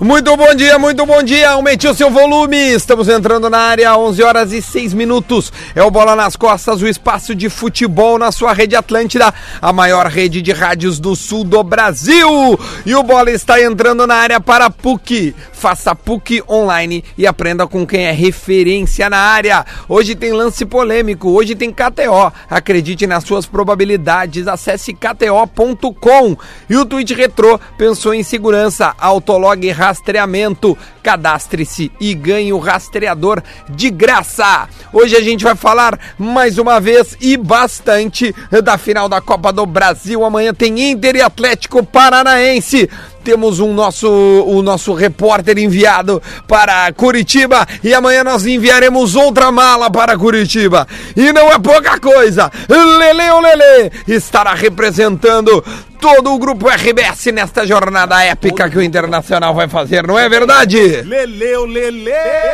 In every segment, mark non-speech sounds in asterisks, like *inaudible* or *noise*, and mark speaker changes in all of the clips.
Speaker 1: Muito bom dia, muito bom dia. Aumente o seu volume. Estamos entrando na área 11 horas e 6 minutos. É o Bola nas Costas, o espaço de futebol na sua rede Atlântida, a maior rede de rádios do sul do Brasil. E o Bola está entrando na área para a PUC. Faça PUC online e aprenda com quem é referência na área. Hoje tem lance polêmico, hoje tem KTO. Acredite nas suas probabilidades. Acesse kto.com. E o Twitch Retro pensou em segurança. Autolog Rasta rastreamento. Cadastre-se e ganhe o rastreador de graça. Hoje a gente vai falar mais uma vez e bastante da final da Copa do Brasil. Amanhã tem Inter e Atlético Paranaense. Temos um nosso, o nosso repórter enviado para Curitiba e amanhã nós enviaremos outra mala para Curitiba. E não é pouca coisa. Lele o Lele estará representando todo o grupo RBS nesta jornada épica que o Internacional vai fazer, não é verdade?
Speaker 2: Leleu, Lele!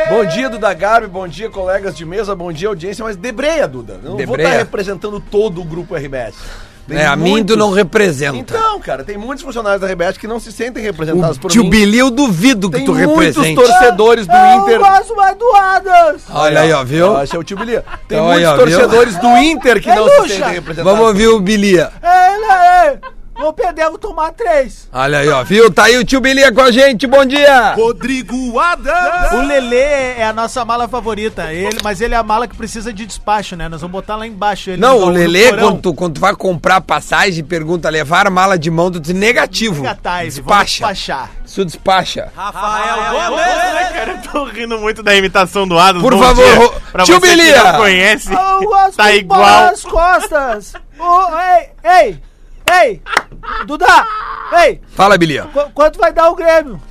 Speaker 3: Bom dia, Duda Garbi, bom dia, colegas de mesa, bom dia, audiência, mas debreia, Duda. Eu não vou
Speaker 1: Debreia.
Speaker 3: estar representando todo o grupo RBS. Tem
Speaker 1: É, a mim tu
Speaker 3: muitos-
Speaker 1: não representa.
Speaker 3: Então, cara, tem muitos funcionários da RBS que não se sentem representados
Speaker 1: O
Speaker 3: por
Speaker 1: tio
Speaker 3: mim.
Speaker 1: Billy, eu duvido que
Speaker 3: Então, Tem
Speaker 1: tu
Speaker 3: muitos
Speaker 1: represente. Ah,
Speaker 3: torcedores
Speaker 2: Ah,
Speaker 3: do
Speaker 2: é
Speaker 3: Inter.
Speaker 2: gosto mais do Adams!
Speaker 1: Olha aí, ó, viu?
Speaker 3: Ah, esse é o tio Bilia. Tem
Speaker 1: Então, aí,
Speaker 3: muitos
Speaker 1: ó, viu?
Speaker 3: torcedores do Inter que
Speaker 2: É
Speaker 3: não
Speaker 2: luxa.
Speaker 3: se sentem representados.
Speaker 1: Vamos ouvir o
Speaker 2: É
Speaker 1: Billy.
Speaker 2: ele, é ele! Não perdemos, tomar três!
Speaker 1: Olha aí, ó, viu? Tá aí o tio Billy com a gente, bom dia!
Speaker 2: Rodrigo Adams!
Speaker 4: O Lele é a nossa mala favorita, ele, mas ele é a mala que precisa de despacho, né? Nós vamos botar lá embaixo ele.
Speaker 1: Não,
Speaker 4: no-
Speaker 1: o
Speaker 4: no
Speaker 1: Lelê, é
Speaker 4: porão.
Speaker 1: quando tu, quando tu vai comprar passagem, pergunta, levar mala de mão, tu diz negativo.
Speaker 4: Fica tarde,
Speaker 1: Despacha.
Speaker 4: Vamos despachar.
Speaker 1: *laughs* Isso despacha.
Speaker 2: Rafael
Speaker 5: Ai, cara, eu tô rindo muito da imitação do Adam.
Speaker 1: Por favor, Ro-
Speaker 5: pra
Speaker 1: Tio
Speaker 5: você que
Speaker 1: Bilia.
Speaker 5: não conhece,
Speaker 2: Eu gosto
Speaker 5: tá
Speaker 2: de bola
Speaker 5: igual.
Speaker 2: nas costas! Ô, ei, ei! Ei! Duda! Ei!
Speaker 1: Fala, Bilia.
Speaker 2: qu- quanto vai dar o Grêmio?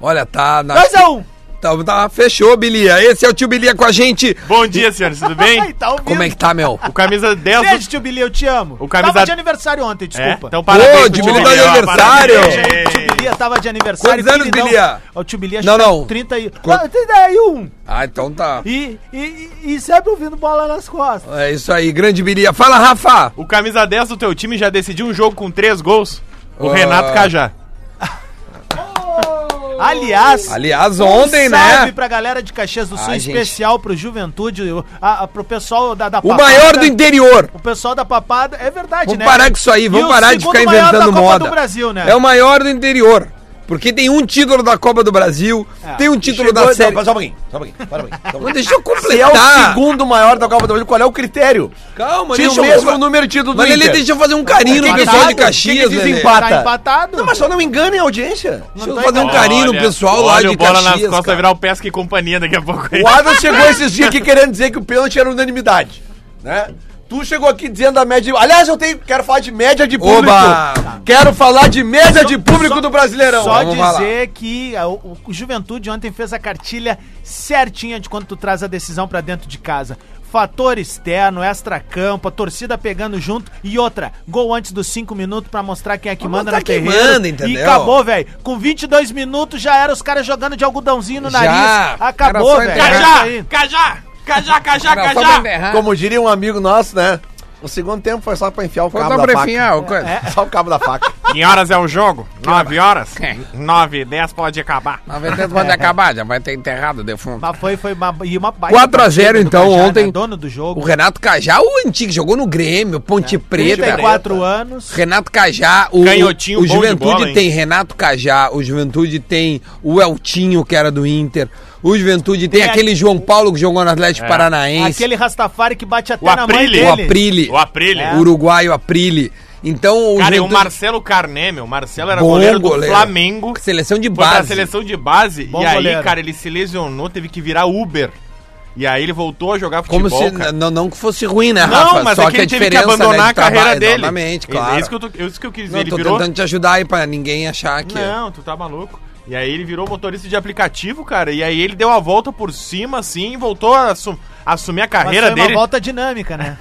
Speaker 1: Olha, tá na.
Speaker 4: é
Speaker 2: 2x1!
Speaker 1: Tá, tá, fechou, Bilia. Esse é o tio Bilia com a gente.
Speaker 5: Bom dia, senhores, tudo bem?
Speaker 4: tá ouvindo.
Speaker 1: Como é que tá, meu?
Speaker 5: O camisa 10 do...
Speaker 4: Beijo, tio Billy, eu te amo.
Speaker 5: O camisa-
Speaker 4: Tava de aniversário ontem,
Speaker 5: É,
Speaker 4: desculpa.
Speaker 5: então É. parabéns
Speaker 1: Ô,
Speaker 5: pro
Speaker 1: de
Speaker 5: Tio
Speaker 1: Bilia tá de
Speaker 5: Bilia, ó,
Speaker 1: aniversário.
Speaker 5: parabéns.
Speaker 4: Tio Bilia tava de aniversário.
Speaker 1: Quantos anos,
Speaker 4: queridão.
Speaker 1: Bilia?
Speaker 4: Ó, O tio Bilia
Speaker 1: Não,
Speaker 4: acho que tá
Speaker 1: não.
Speaker 4: com 30 e... um.
Speaker 1: Quanto-
Speaker 2: Ah, 31!
Speaker 1: Ah, então tá.
Speaker 2: E, e, e- e sempre ouvindo bola nas costas.
Speaker 1: É isso aí, grande Bilia. Fala, Rafa.
Speaker 5: O camisa 10 do teu time já decidiu um jogo com 3 gols. O
Speaker 1: Ah.
Speaker 5: Renato Cajá.
Speaker 4: Aliás...
Speaker 1: Aliás,
Speaker 4: um
Speaker 1: ontem,
Speaker 4: salve
Speaker 1: né?
Speaker 4: pra galera de Caxias do Sul,
Speaker 1: Ai, gente.
Speaker 4: especial pro Juventude, o- a- a- pro pessoal da, da
Speaker 1: O
Speaker 4: papada.
Speaker 1: maior do interior.
Speaker 4: O pessoal da papada, é verdade,
Speaker 1: Vamos
Speaker 4: né?
Speaker 1: parar com isso aí, vamos
Speaker 4: E o
Speaker 1: parar de
Speaker 4: segundo
Speaker 1: ficar
Speaker 4: maior da
Speaker 1: inventando
Speaker 4: Copa
Speaker 1: moda.
Speaker 4: do Brasil, né?
Speaker 1: É o maior do interior. Porque tem um título da Copa do Brasil,
Speaker 4: É.
Speaker 1: tem um título da
Speaker 3: Chegou-
Speaker 1: série. tá?
Speaker 3: Não, só um pouquinho, só um pouquinho, para
Speaker 1: *laughs*
Speaker 3: um pouquinho, só um
Speaker 1: Não,
Speaker 3: pouquinho.
Speaker 1: deixa eu
Speaker 3: Se é o
Speaker 1: completar.
Speaker 3: segundo maior da Copa do Brasil, qual é o critério?
Speaker 1: Calma,
Speaker 3: Tinha
Speaker 1: deixa
Speaker 3: o
Speaker 1: eu-
Speaker 3: mesmo um número de título do
Speaker 1: Mas ele
Speaker 3: Inter.
Speaker 1: deixa eu fazer um carinho no
Speaker 3: Empatado?
Speaker 1: pessoal de
Speaker 3: O que que
Speaker 1: Caxias, né?
Speaker 3: diz
Speaker 1: Lelê.
Speaker 3: empate?
Speaker 4: Tá empatado.
Speaker 3: Não, mas só não tá enganem a audiência.
Speaker 1: Deixa eu fazer um carinho no
Speaker 5: Olha,
Speaker 1: pessoal lá
Speaker 5: olha
Speaker 1: de
Speaker 5: o bola nas
Speaker 1: Caxias.
Speaker 5: costas vai
Speaker 1: cara.
Speaker 5: virar o Pesca e Companhia daqui a pouco. aí.
Speaker 3: O Adam chegou esses dias aqui querendo dizer que o pênalti era unanimidade, né? Tu chegou aqui dizendo a média... Aliás, eu tenho... quero falar de média de público.
Speaker 1: Oba!
Speaker 3: Quero falar de média de público do Brasileirão.
Speaker 4: Só
Speaker 1: Vamos
Speaker 4: dizer que a- o, o Juventude ontem fez a cartilha certinha de quando tu traz a decisão pra dentro de casa. Fator externo, extra-campo, a torcida pegando junto e outra, gol antes dos 5 minutos pra mostrar quem é que
Speaker 1: Pra
Speaker 4: manda
Speaker 1: mostrar
Speaker 4: no
Speaker 1: quem
Speaker 4: terreno.
Speaker 1: manda, entendeu?
Speaker 4: E acabou, velho. Com 22 minutos já era os caras jogando de algodãozinho no
Speaker 1: Já.
Speaker 4: nariz.
Speaker 1: Era
Speaker 4: Acabou,
Speaker 1: só
Speaker 4: velho.
Speaker 1: enterrar.
Speaker 4: É isso aí.
Speaker 5: Cajá! Cajá, Cajá,
Speaker 1: Não, só pra enterrar.
Speaker 3: Como diria um amigo nosso, né? O segundo tempo foi só pra enfiar o
Speaker 1: Foi
Speaker 3: cabo
Speaker 1: só
Speaker 3: da
Speaker 1: pra
Speaker 3: faca. É.
Speaker 1: enfiar o coisa.
Speaker 4: É.
Speaker 3: Só o cabo da faca.
Speaker 5: Que horas é o jogo? 9 horas? É. 9 e 10 pode acabar.
Speaker 1: Na verdade,
Speaker 4: É.
Speaker 1: pode acabar, já vai ter enterrado o defunto.
Speaker 4: Mas foi, foi uma, e uma baita
Speaker 1: 4 a 0
Speaker 4: partida do
Speaker 1: então,
Speaker 4: Cajá, né?
Speaker 1: ontem.
Speaker 4: Dono do
Speaker 1: O
Speaker 4: jogo.
Speaker 1: Renato Cajá, o antigo, jogou no Grêmio, Ponte
Speaker 4: É.
Speaker 1: Preta.
Speaker 4: 34 anos.
Speaker 1: Renato Cajá, o,
Speaker 5: Canhotinho
Speaker 1: o
Speaker 5: bom de
Speaker 1: Juventude
Speaker 5: bola, hein?
Speaker 1: tem Renato Cajá, o Juventude tem o Eltinho, que era do Inter, o Juventude tem,
Speaker 4: Tem
Speaker 1: aquele João Paulo que jogou no Atlético
Speaker 5: É.
Speaker 1: Paranaense,
Speaker 4: Aquele Rastafari que bate até
Speaker 5: O
Speaker 4: na mãe
Speaker 5: Aprile.
Speaker 4: dele.
Speaker 1: o Aprile,
Speaker 5: O Aprile. É.
Speaker 1: o uruguaio Aprile. Então, o
Speaker 5: Cara, e o
Speaker 1: Juventude-
Speaker 5: Marcelo Carné, meu. O Marcelo era
Speaker 1: Bom
Speaker 5: goleiro do
Speaker 1: goleiro.
Speaker 5: Flamengo.
Speaker 1: seleção de
Speaker 5: Foi pra
Speaker 1: base.
Speaker 5: seleção de base.
Speaker 4: Bom
Speaker 5: e aí,
Speaker 4: goleiro.
Speaker 5: cara, ele se lesionou, teve que virar Uber. E aí ele voltou a jogar
Speaker 1: Como
Speaker 5: futebol,
Speaker 1: se
Speaker 5: cara.
Speaker 1: não, não que fosse ruim, né,
Speaker 5: Não,
Speaker 1: Rafa?
Speaker 5: mas
Speaker 1: Só
Speaker 5: é que ele teve que
Speaker 1: diferença, né,
Speaker 5: abandonar
Speaker 1: de
Speaker 5: a carreira
Speaker 1: trabalho,
Speaker 5: dele.
Speaker 1: Exatamente,
Speaker 5: Ele-
Speaker 1: claro.
Speaker 5: Isso que eu, tô- isso que eu quis dizer.
Speaker 1: Não,
Speaker 5: ele
Speaker 1: tô
Speaker 5: virou...
Speaker 1: tentando te ajudar aí pra ninguém achar que. é.
Speaker 5: Não, tu tá maluco. E aí ele virou motorista de aplicativo, cara. E aí ele deu a volta por cima, assim, e voltou a assu- assumir a
Speaker 4: Mas
Speaker 5: carreira
Speaker 4: foi uma
Speaker 5: dele.
Speaker 1: *laughs*
Speaker 4: volta dinâmica, né?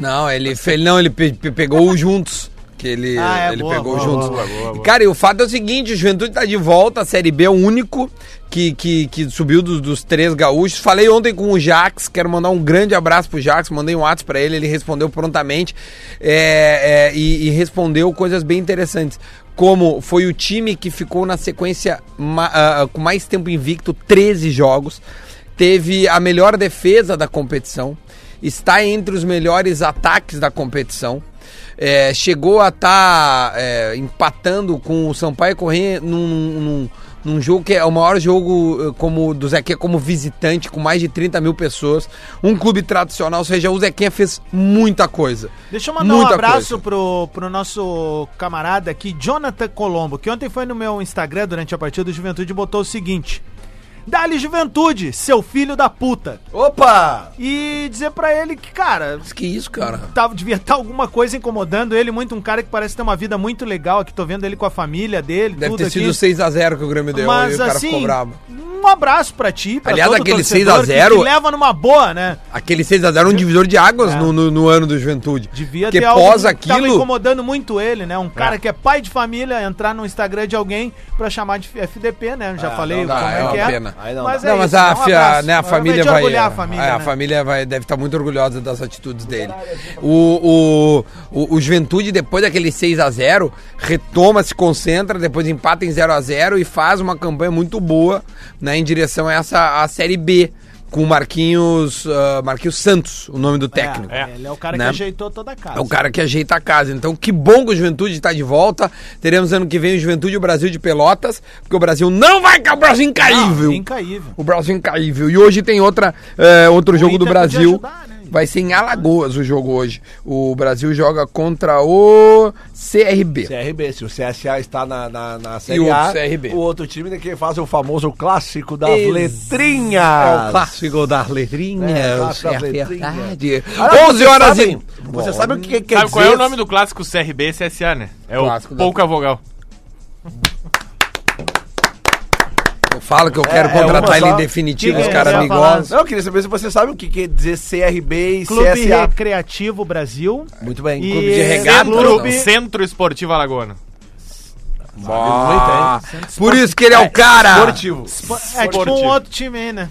Speaker 1: Não, ele, fe- não, ele pe- pe- pegou o juntos. Que ele,
Speaker 4: Ah, é,
Speaker 1: ele
Speaker 4: boa,
Speaker 1: pegou
Speaker 4: boa,
Speaker 1: juntos.
Speaker 4: boa,
Speaker 1: Cara, e o fato é o seguinte: o Juventude tá de volta, a Série B é o único que, que, que subiu dos, dos três gaúchos. Falei ontem com o Jax, quero mandar um grande abraço pro Jax, mandei um WhatsApp pra ele, ele respondeu prontamente é, é, e, e respondeu coisas bem interessantes. Como foi o time que ficou na sequência ma- ah, com mais tempo invicto 13 jogos, teve a melhor defesa da competição, está entre os melhores ataques da competição. É, chegou a estar empatando com o Sampaio Corrêa num, num, num jogo que é o maior jogo eh, como, do Zequinha como visitante, com mais de 30 mil pessoas. Um clube tradicional, ou seja, o Zequinha fez muita coisa.
Speaker 4: Deixa eu mandar um
Speaker 1: Muita
Speaker 4: abraço
Speaker 1: coisa.
Speaker 4: pro, pro nosso camarada aqui, Jonathan Colombo, que ontem foi no meu Instagram durante a partida do Juventude e botou o seguinte: Dá-lhe Juventude, seu filho da puta.
Speaker 3: Opa!
Speaker 4: E dizer pra ele que, cara,
Speaker 1: Mas que isso, cara?
Speaker 4: tava, devia estar alguma coisa incomodando ele muito. Um cara que parece ter uma vida muito legal aqui. Tô vendo ele com a família dele,
Speaker 1: Deve
Speaker 4: tudo
Speaker 1: ter sido
Speaker 4: aqui.
Speaker 1: 6x0 que o Grêmio deu e
Speaker 4: Mas
Speaker 1: o cara
Speaker 4: assim,
Speaker 1: ficou bravo.
Speaker 4: um abraço pra ti, pra
Speaker 1: Aliás,
Speaker 4: todo
Speaker 1: aquele
Speaker 4: torcedor
Speaker 1: 6 a 0
Speaker 4: que te leva numa boa, né?
Speaker 1: Aquele 6x0 é um divisor de águas no, no- no ano do Juventude.
Speaker 4: Devia
Speaker 1: Porque
Speaker 4: ter
Speaker 1: pós
Speaker 4: que tava
Speaker 1: aquilo,
Speaker 4: incomodando muito ele, né? Um cara que é pai de família entrar no Instagram de alguém pra chamar de FDP, né? Já falei
Speaker 3: Ah, não dá,
Speaker 4: como
Speaker 1: é
Speaker 4: é,
Speaker 1: uma
Speaker 4: que é.
Speaker 1: pena.
Speaker 3: Aí não
Speaker 4: mas
Speaker 3: dá.
Speaker 4: é
Speaker 1: não, mas
Speaker 4: isso,
Speaker 1: a,
Speaker 4: dá um
Speaker 1: fi- a-
Speaker 4: abraço.
Speaker 1: né, a
Speaker 4: Vai
Speaker 1: família
Speaker 4: te
Speaker 1: vai.
Speaker 4: orgulhar a
Speaker 1: é,
Speaker 4: família,
Speaker 1: é, a
Speaker 4: né?
Speaker 1: família vai, deve estar muito orgulhosa das atitudes dele. O, o, o, o Juventude, depois daquele 6 a 0 retoma, se concentra, depois empata em 0 a 0 e faz uma campanha muito boa né, em direção a essa a Série B. Com o Marquinhos, ah, Marquinhos Santos, o nome do técnico.
Speaker 4: É, Ele é o cara
Speaker 1: Né?
Speaker 4: que ajeitou toda a
Speaker 3: um
Speaker 4: casa.
Speaker 1: É o cara que ajeita a casa. Então, que bom que o Juventude está de volta. Teremos ano que vem o Juventude e o Brasil de Pelotas, porque o Brasil não vai ficar o Brasil é incaível.
Speaker 4: Não, incaível.
Speaker 1: O Brasil incaível. E hoje tem outra, é, outro jogo do
Speaker 4: Inter podia
Speaker 1: Brasil.
Speaker 4: ajudar, né?
Speaker 1: Vai ser em Alagoas o jogo hoje. O Brasil joga contra o CRB.
Speaker 3: CRB, se o CSA está na, na, na Série
Speaker 1: o
Speaker 3: A,
Speaker 1: CRB.
Speaker 3: o outro time é que faz o famoso clássico das
Speaker 1: Ex-
Speaker 3: letrinhas.
Speaker 1: É o clássico das letrinhas.
Speaker 3: É, clássico das
Speaker 1: é
Speaker 3: letrinhas.
Speaker 1: verdade.
Speaker 3: Aliás,
Speaker 1: 11 horas
Speaker 3: vocês
Speaker 1: e...
Speaker 3: sabem- Vocês sabem o que, que quer
Speaker 5: Sabe
Speaker 3: dizer?
Speaker 5: qual é o nome do clássico CRB e CSA, né? É o
Speaker 1: Clássico da-
Speaker 5: pouca vogal.
Speaker 1: Eu falo que eu quero
Speaker 3: é
Speaker 1: contratar
Speaker 3: uma
Speaker 1: ele
Speaker 3: só. né?
Speaker 1: em definitivo,
Speaker 4: Que
Speaker 1: os
Speaker 4: que
Speaker 1: caras
Speaker 4: você
Speaker 1: me
Speaker 4: ia falar?
Speaker 1: gostam.
Speaker 3: Não, eu queria saber se vocês sabem o que quer dizer CRB e
Speaker 4: Clube
Speaker 3: CSA.
Speaker 4: Recreativo Brasil. É
Speaker 3: Muito bem.
Speaker 4: E-
Speaker 3: Clube
Speaker 1: De regata,
Speaker 5: Centro,
Speaker 4: Clube-
Speaker 5: Centro Esportivo Alagoano.
Speaker 1: Ah, Por isso que ele é o cara.
Speaker 3: esportivo.
Speaker 4: É tipo
Speaker 5: Esporte.
Speaker 4: um outro time aí, né?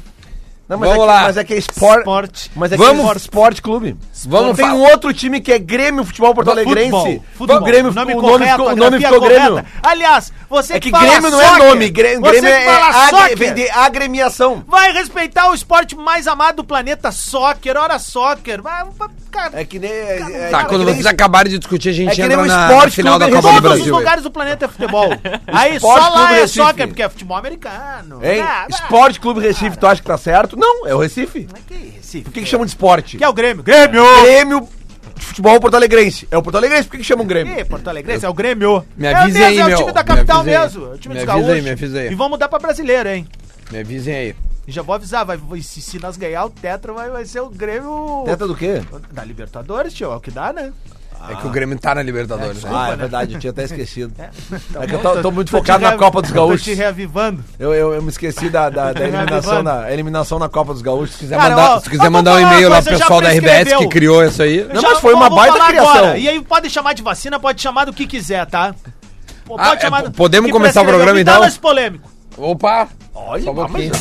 Speaker 3: Não, mas
Speaker 1: Vamos
Speaker 3: é
Speaker 1: lá.
Speaker 3: Que, mas é que é esporte.
Speaker 4: Esporte.
Speaker 3: Mas é
Speaker 1: Vamos-
Speaker 3: que é esporte clube.
Speaker 1: Vamos
Speaker 3: tem
Speaker 1: fa-
Speaker 3: um outro time que é Grêmio Futebol Porto Alegrense.
Speaker 4: Futebol, futebol.
Speaker 3: O Grêmio,
Speaker 4: nome
Speaker 3: o
Speaker 4: correto,
Speaker 3: nome ficou, o
Speaker 4: a
Speaker 3: nome
Speaker 4: grafia
Speaker 3: ficou Grêmio.
Speaker 4: correta. Aliás, você
Speaker 3: É que Grêmio não é
Speaker 4: soccer,
Speaker 3: nome, Grêmio,
Speaker 4: você
Speaker 3: Grêmio
Speaker 4: que
Speaker 3: é, é
Speaker 4: fala
Speaker 3: agre,
Speaker 4: soccer,
Speaker 3: vem de agremiação.
Speaker 4: Vai respeitar o esporte mais amado do planeta, soccer, hora soccer. Vai, vai, cara,
Speaker 3: É que nem. É,
Speaker 1: Tá,
Speaker 3: é,
Speaker 1: quando
Speaker 3: que nem
Speaker 1: vocês acabarem de discutir, a
Speaker 3: É
Speaker 1: gente
Speaker 3: que nem
Speaker 1: entra
Speaker 3: um
Speaker 1: na, na
Speaker 3: esporte
Speaker 1: final da
Speaker 3: clube
Speaker 1: É, Copa do
Speaker 4: todos os
Speaker 1: Brasil.
Speaker 4: lugares do planeta é
Speaker 1: *laughs*
Speaker 4: futebol. Aí
Speaker 3: Esporte
Speaker 4: só lá
Speaker 3: Clube
Speaker 4: é
Speaker 3: Recife.
Speaker 4: soccer, porque é futebol americano.
Speaker 3: Hein?
Speaker 4: Ah, vai.
Speaker 3: Esporte Clube Recife, tu acha que tá certo? Não, é o Recife.
Speaker 4: Mas Que, Recife?
Speaker 3: Por que, que chamam de esporte?
Speaker 4: Que é o Grêmio. Grêmio!
Speaker 3: Grêmio de Futebol Porto Alegrense. É o Porto Alegrense, por que, que chamam Grêmio?
Speaker 4: Ih, Porto Alegre, esse é o Grêmio.
Speaker 1: Me
Speaker 4: é
Speaker 1: avisa aí,
Speaker 4: mesmo, é
Speaker 1: meu.
Speaker 4: o time da
Speaker 1: Me
Speaker 4: capital
Speaker 1: avisa aí.
Speaker 4: mesmo. É o time
Speaker 1: Me
Speaker 4: dos
Speaker 1: avisa aí,
Speaker 4: gaúchos.
Speaker 1: me avisa aí.
Speaker 4: E vamos mudar pra brasileiro, hein?
Speaker 1: Me avisem aí.
Speaker 4: E Já vou avisar, vai, vai- se, se nós ganhar o Tetra, vai, vai ser o Grêmio.
Speaker 3: Tenta do quê?
Speaker 4: Da Libertadores, tio, é o que dá, né?
Speaker 1: É que o Grêmio tá na Libertadores, né?
Speaker 3: Ah, é verdade, eu tinha até
Speaker 4: *laughs*
Speaker 3: esquecido. É, que eu
Speaker 4: Tô-
Speaker 3: tô, tô muito
Speaker 4: Tá tô te
Speaker 3: focado na
Speaker 4: reavi-
Speaker 3: Copa dos
Speaker 4: *laughs* Tô te
Speaker 3: Gaúchos.
Speaker 4: reavivando.
Speaker 3: Eu, eu, eu me esqueci da, da,
Speaker 4: *laughs*
Speaker 3: da eliminação, na, eliminação na Copa dos Gaúchos.
Speaker 1: Se quiser
Speaker 4: Cara,
Speaker 1: mandar,
Speaker 4: ó,
Speaker 1: se quiser
Speaker 4: eu vou
Speaker 1: mandar um
Speaker 4: falar uma
Speaker 1: e-mail lá pro
Speaker 4: coisa, já
Speaker 1: pessoal da RBS que
Speaker 4: prescreveu.
Speaker 1: criou isso aí.
Speaker 3: Não,
Speaker 4: Já
Speaker 3: mas foi
Speaker 4: vou-
Speaker 3: uma
Speaker 4: vou
Speaker 3: baita
Speaker 4: falar
Speaker 3: criação.
Speaker 4: E aí pode chamar de vacina, pode chamar do que quiser, tá? Pô,
Speaker 1: Ah, é, podemos
Speaker 4: que
Speaker 1: começar o
Speaker 4: prescreveu
Speaker 1: programa, então?
Speaker 4: Lance polêmico.
Speaker 1: Opa!
Speaker 3: Olha,
Speaker 1: Só um pouquinho.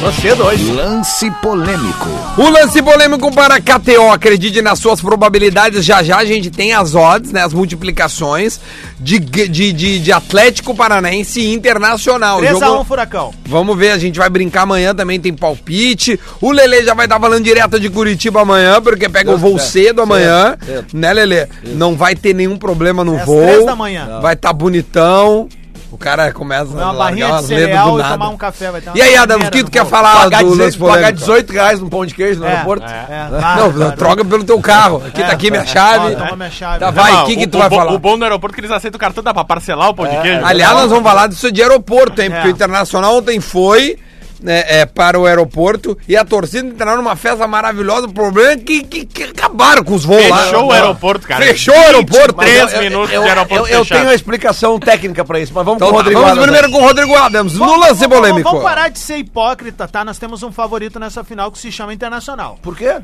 Speaker 3: Tô cedo hoje.
Speaker 6: Lance polêmico.
Speaker 1: O lance polêmico para a KTO. Acredite nas suas probabilidades. Já já a gente tem as odds, né? As multiplicações de, de, de, de Atlético Paranaense e Internacional.
Speaker 4: 3x1 Furacão.
Speaker 1: Vamos ver, a gente vai brincar amanhã também, tem palpite. O Lele já vai estar falando direto de Curitiba amanhã, porque pega o voo
Speaker 4: é.
Speaker 3: quiser.
Speaker 1: cedo amanhã.
Speaker 3: cedo.
Speaker 1: Né, Lele? Não vai ter nenhum problema no
Speaker 4: É às
Speaker 1: voo.
Speaker 4: três da manhã.
Speaker 1: Vai estar bonitão. O cara começa
Speaker 4: Comer uma
Speaker 1: largar
Speaker 4: barrinha de
Speaker 1: umas lendas
Speaker 4: cereal
Speaker 1: do
Speaker 4: e
Speaker 1: nada.
Speaker 4: tomar um café. Vai ter uma
Speaker 1: E aí, Adams, o
Speaker 4: maneira
Speaker 1: que tu
Speaker 4: no
Speaker 1: quer
Speaker 4: voo.
Speaker 1: falar
Speaker 3: Pagar,
Speaker 1: do lance
Speaker 3: 18, pagar
Speaker 1: polêmico?
Speaker 3: 18 reais num pão de queijo no
Speaker 4: É,
Speaker 3: aeroporto.
Speaker 4: é,
Speaker 1: Ah, Não,
Speaker 4: bárbaro.
Speaker 1: troca pelo teu carro. Aqui tá aqui minha chave.
Speaker 4: Ó, toma minha chave. né?
Speaker 1: Tá,
Speaker 4: Não,
Speaker 1: vai,
Speaker 5: Não,
Speaker 1: o que, que tu
Speaker 5: o
Speaker 1: vai
Speaker 5: bo-
Speaker 1: falar? É,
Speaker 5: O bom do aeroporto é que eles aceitam o cartão, dá pra parcelar o né? pão de queijo.
Speaker 1: Aliás, nós vamos falar disso de aeroporto, hein? Porque
Speaker 4: É.
Speaker 1: o Internacional ontem foi né, é, para o aeroporto e a torcida entrou numa festa maravilhosa. O problema é que, que- que acabaram com os voos lá.
Speaker 5: Fechou o aeroporto, cara.
Speaker 1: Fechou o aeroporto.
Speaker 3: Mas
Speaker 5: Três
Speaker 3: eu- eu-
Speaker 5: minutos
Speaker 3: eu,
Speaker 5: de aeroporto
Speaker 3: eu, eu,
Speaker 5: fechado.
Speaker 3: tenho uma explicação técnica pra isso, mas vamos
Speaker 1: Então,
Speaker 3: com o
Speaker 1: tá,
Speaker 3: Rodrigo.
Speaker 1: vamos
Speaker 3: Adams.
Speaker 1: primeiro com o Rodrigo Adams. No lance polêmico.
Speaker 4: Vamos parar de ser hipócrita, tá? Nós temos um favorito nessa final que se chama Internacional.
Speaker 3: Por quê?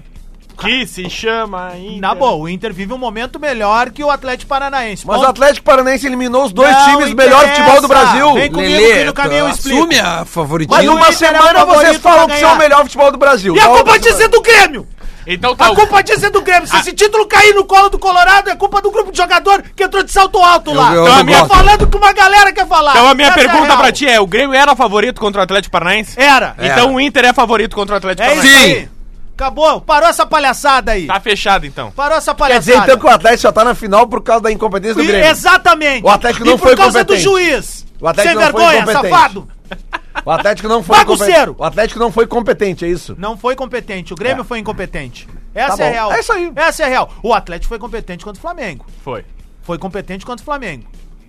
Speaker 5: Que se chama Inter.
Speaker 4: Na boa, o Inter vive um momento melhor que o Atlético Paranaense.
Speaker 3: Mas o
Speaker 4: Ponto.
Speaker 3: Atlético Paranaense eliminou os dois
Speaker 4: Não
Speaker 3: times melhor
Speaker 4: interessa.
Speaker 3: futebol do Brasil.
Speaker 4: Vem comigo que no caminho eu explico.
Speaker 1: assume a
Speaker 3: Mas
Speaker 1: favoritismo.
Speaker 4: o
Speaker 3: uma
Speaker 4: Inter é o
Speaker 3: semana vocês
Speaker 4: favorito
Speaker 3: falam
Speaker 4: pra
Speaker 3: que são o
Speaker 4: ganhar.
Speaker 3: melhor futebol do Brasil.
Speaker 4: E a
Speaker 3: Na
Speaker 4: culpa
Speaker 3: outra
Speaker 4: tinha
Speaker 3: semana-
Speaker 4: sido do Grêmio!
Speaker 5: Então tá.
Speaker 4: A culpa é tinha sido do Grêmio. Se esse título cair no colo do Colorado, é culpa do grupo de jogador que entrou de salto alto lá.
Speaker 1: eu
Speaker 4: Então a
Speaker 1: não
Speaker 4: minha-
Speaker 1: gosto.
Speaker 4: falando que uma galera quer falar.
Speaker 5: Então a minha
Speaker 4: Essa é
Speaker 5: pergunta
Speaker 4: real.
Speaker 5: pra ti é: o Grêmio era favorito contra o Atlético Paranaense?
Speaker 4: Era.
Speaker 5: Então o Inter é favorito contra o Atlético
Speaker 4: É isso
Speaker 5: Paranaense.
Speaker 4: aí. Acabou. Parou essa palhaçada aí.
Speaker 5: Tá fechado então.
Speaker 4: Parou essa
Speaker 3: Quer
Speaker 4: palhaçada.
Speaker 3: dizer então que o Atlético já tá na final por causa da incompetência do
Speaker 4: é E-
Speaker 3: Grêmio.
Speaker 4: Exatamente.
Speaker 3: O Atlético não
Speaker 4: e
Speaker 3: foi
Speaker 4: por causa do
Speaker 3: competente.
Speaker 4: juiz.
Speaker 3: O Atlético
Speaker 4: Sem
Speaker 3: não foi
Speaker 4: vergonha,
Speaker 3: competente.
Speaker 4: safado.
Speaker 3: O Atlético não foi
Speaker 4: Bagunceiro.
Speaker 3: competente. O Atlético não foi competente, é isso?
Speaker 4: Não foi competente. O Grêmio foi incompetente. Essa
Speaker 3: É. Tá
Speaker 4: é
Speaker 3: bom.
Speaker 4: real.
Speaker 3: É isso aí.
Speaker 4: Essa é real. O Atlético foi competente contra o Flamengo.
Speaker 5: Foi.
Speaker 4: Foi competente contra o Flamengo.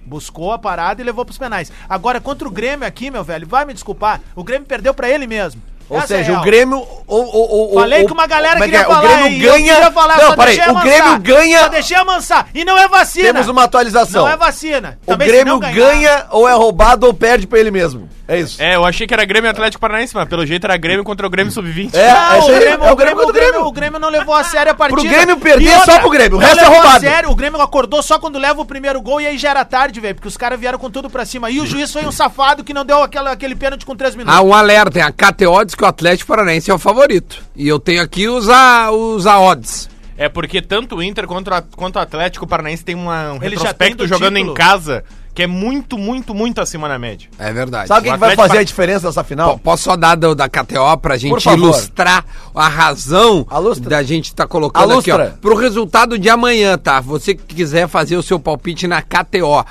Speaker 4: Buscou a parada e levou pros penais. Agora, contra o Grêmio aqui, meu velho, vai me desculpar. O Grêmio perdeu pra ele mesmo.
Speaker 3: Ou
Speaker 4: Essa é
Speaker 3: seja, o
Speaker 4: real.
Speaker 3: Grêmio. o- o- o-
Speaker 4: Falei
Speaker 3: o-
Speaker 4: que uma galera
Speaker 3: como é que
Speaker 4: queria
Speaker 3: é?
Speaker 4: falar.
Speaker 3: O
Speaker 4: e
Speaker 3: Grêmio
Speaker 4: eu
Speaker 3: ganha.
Speaker 4: queria falar, só
Speaker 3: não, peraí.
Speaker 4: deixei
Speaker 3: O Grêmio
Speaker 4: amansar. Só
Speaker 3: ganha.
Speaker 4: deixei amansar. E não é vacina.
Speaker 3: Temos uma atualização.
Speaker 4: Não é vacina.
Speaker 3: O
Speaker 4: se
Speaker 3: Grêmio
Speaker 4: não ganhar-
Speaker 3: ganha ou é roubado ou perde pra ele mesmo. É isso.
Speaker 5: É, eu achei que era Grêmio e Atlético Paranaense, mas pelo jeito era Grêmio contra o Grêmio Sub-20.
Speaker 3: É,
Speaker 4: Ah,
Speaker 3: é
Speaker 4: o
Speaker 3: isso aí.
Speaker 4: Grêmio,
Speaker 3: É
Speaker 4: o Grêmio,
Speaker 3: do Grêmio.
Speaker 4: O Grêmio não levou a sério a partida.
Speaker 3: Grêmio perder,
Speaker 4: E
Speaker 3: só pro Grêmio. O
Speaker 4: não
Speaker 3: resto é
Speaker 4: levou a
Speaker 3: roubado.
Speaker 4: sério, o Grêmio acordou só quando leva o primeiro gol e aí já era tarde, velho, porque os caras vieram com tudo pra cima. E o juiz foi um safado que não deu aquela, aquele pênalti com 3
Speaker 3: Ah,
Speaker 4: minutos.
Speaker 1: Há um alerta, é a KTO diz que o Atlético Paranaense é o favorito. E eu tenho aqui os, a, os a odds.
Speaker 5: É porque tanto o Inter quanto, a- quanto o Atlético Paranaense tem uma, um
Speaker 4: Ele já
Speaker 5: retrospecto
Speaker 4: tem do
Speaker 5: jogando
Speaker 4: título.
Speaker 5: em casa que é muito, muito, muito acima da média.
Speaker 1: É verdade.
Speaker 3: Sabe quem
Speaker 5: O
Speaker 3: que vai
Speaker 5: Atlético
Speaker 3: fazer
Speaker 5: pa-
Speaker 3: a diferença nessa
Speaker 1: Ó,
Speaker 3: final?
Speaker 1: Posso só dar da, da KTO pra gente
Speaker 3: favor.
Speaker 1: ilustrar a razão
Speaker 3: A lustra.
Speaker 1: da gente tá
Speaker 3: A
Speaker 1: colocando aqui, ó.
Speaker 3: lustra.
Speaker 1: Pro resultado de amanhã, tá? Você que quiser fazer o seu palpite na KTO.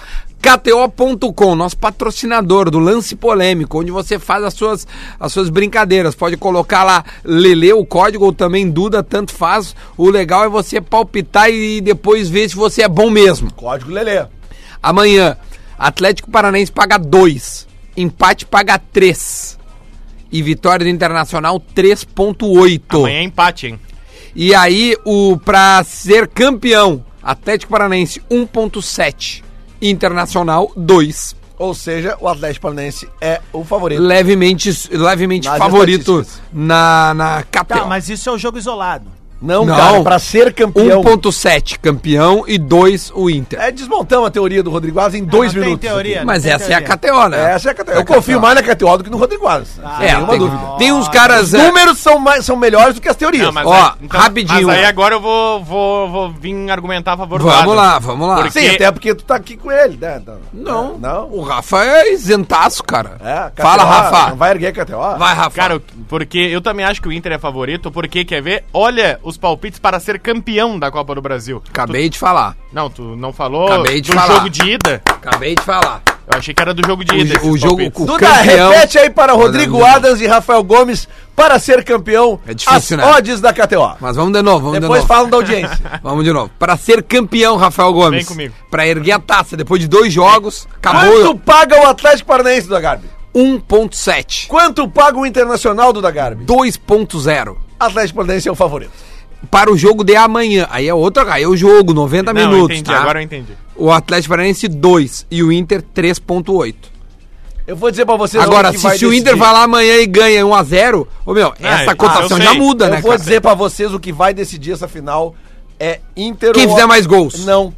Speaker 1: KTO.com, nosso patrocinador do Lance Polêmico, onde você faz as suas, as suas brincadeiras. Pode colocar lá Lele o código ou também Duda, tanto faz. O legal é você palpitar e depois ver se você é bom mesmo.
Speaker 3: Código Lelê.
Speaker 1: Amanhã, Atlético Paranaense paga 2, empate paga 3 e vitória do Internacional 3.8.
Speaker 5: Amanhã é empate, hein?
Speaker 1: E aí o para ser campeão, Atlético Paranaense 1.7, Internacional 2.
Speaker 3: Ou seja, o Atlético Paranaense é o favorito.
Speaker 1: Levemente, levemente
Speaker 3: Nas
Speaker 1: favorito
Speaker 3: estatísticas.
Speaker 1: na, na capital.
Speaker 4: Tá, mas isso é o jogo isolado.
Speaker 3: Não,
Speaker 1: Não.
Speaker 3: cara, pra ser campeão.
Speaker 1: 1.7 campeão e 2 o Inter.
Speaker 3: É desmontamos a teoria do Rodrigo Alves em dois
Speaker 4: não tem
Speaker 3: minutos.
Speaker 4: teoria,
Speaker 3: aqui.
Speaker 4: não
Speaker 1: Mas
Speaker 4: tem
Speaker 1: essa é a
Speaker 4: teoria.
Speaker 1: KTO, né?
Speaker 3: Essa é a KTO.
Speaker 1: É a
Speaker 3: Eu confio
Speaker 1: KTO.
Speaker 3: mais na KTO do que no Rodrigo Alves.
Speaker 4: Ah.
Speaker 3: sem
Speaker 1: É,
Speaker 3: nenhuma
Speaker 1: tem,
Speaker 3: dúvida.
Speaker 1: tem uns caras... é,
Speaker 3: Os números são, mais, são melhores do que as teorias.
Speaker 5: Não, mas
Speaker 1: Ó,
Speaker 5: aí- então,
Speaker 1: rapidinho.
Speaker 5: Mas aí agora eu vou, vou, vou vir argumentar a favor do
Speaker 1: Vamos
Speaker 5: Adam.
Speaker 1: lá, vamos lá.
Speaker 5: Porque-
Speaker 3: Sim, até porque tu tá aqui com ele, né? Então,
Speaker 1: Não.
Speaker 3: é, Não.
Speaker 1: O Rafa é isentaço, cara.
Speaker 3: É, KTO,
Speaker 1: Fala, Rafa.
Speaker 3: Não
Speaker 1: Vai,
Speaker 3: vai erguer a KTO?
Speaker 1: Rafa.
Speaker 5: Cara, eu- porque eu também acho que o Inter é favorito, porque quer ver? Olha os palpites para ser campeão da Copa do Brasil.
Speaker 1: Acabei de falar.
Speaker 5: Tu- não, tu não falou
Speaker 1: Acabei de
Speaker 5: do
Speaker 1: falar.
Speaker 5: jogo de ida?
Speaker 1: Acabei de falar.
Speaker 5: Eu achei que era do jogo de
Speaker 1: O,
Speaker 5: ida.
Speaker 1: jo- o
Speaker 5: esses
Speaker 1: jogo
Speaker 5: palpites.
Speaker 1: o
Speaker 3: Duda, repete aí para Rodrigo Adams e Rafael Gomes para ser campeão.
Speaker 1: É difícil,
Speaker 3: as
Speaker 1: né?
Speaker 3: odds da KTO.
Speaker 1: Mas vamos de novo, vamos
Speaker 3: Depois
Speaker 1: de novo.
Speaker 3: falam da audiência.
Speaker 1: Vamos de novo. Pra ser campeão, Rafael
Speaker 5: Vem
Speaker 1: Gomes.
Speaker 5: comigo.
Speaker 1: Pra erguer a taça depois de dois jogos.
Speaker 3: Quanto
Speaker 1: *laughs* Acabou
Speaker 3: paga o Atlético Paranaense, Duda Garbi?
Speaker 1: 1.7.
Speaker 3: Quanto paga o Internacional, Duda Garbi?
Speaker 1: 2.0.
Speaker 3: Atlético Paranaense é o favorito.
Speaker 1: Para o jogo de amanhã. Aí é outra. Aí é o jogo, 90
Speaker 5: Não,
Speaker 1: minutos.
Speaker 5: entendi,
Speaker 1: tá?
Speaker 5: agora eu entendi.
Speaker 1: O Atlético Paranaense 2 e o Inter 3.8.
Speaker 3: Eu vou dizer pra vocês
Speaker 1: Agora,
Speaker 3: onde que
Speaker 1: se, se o
Speaker 3: decidir.
Speaker 1: Inter vai lá amanhã e ganha 1x0, ô meu, essa
Speaker 5: Ah, eu-
Speaker 1: cotação
Speaker 5: eu
Speaker 1: já
Speaker 5: sei.
Speaker 1: muda,
Speaker 3: Eu
Speaker 1: né,
Speaker 3: vou
Speaker 1: cara?
Speaker 3: dizer pra vocês o que vai decidir essa final é Inter
Speaker 1: Quem
Speaker 3: ou-
Speaker 1: fizer mais gols.
Speaker 3: Não,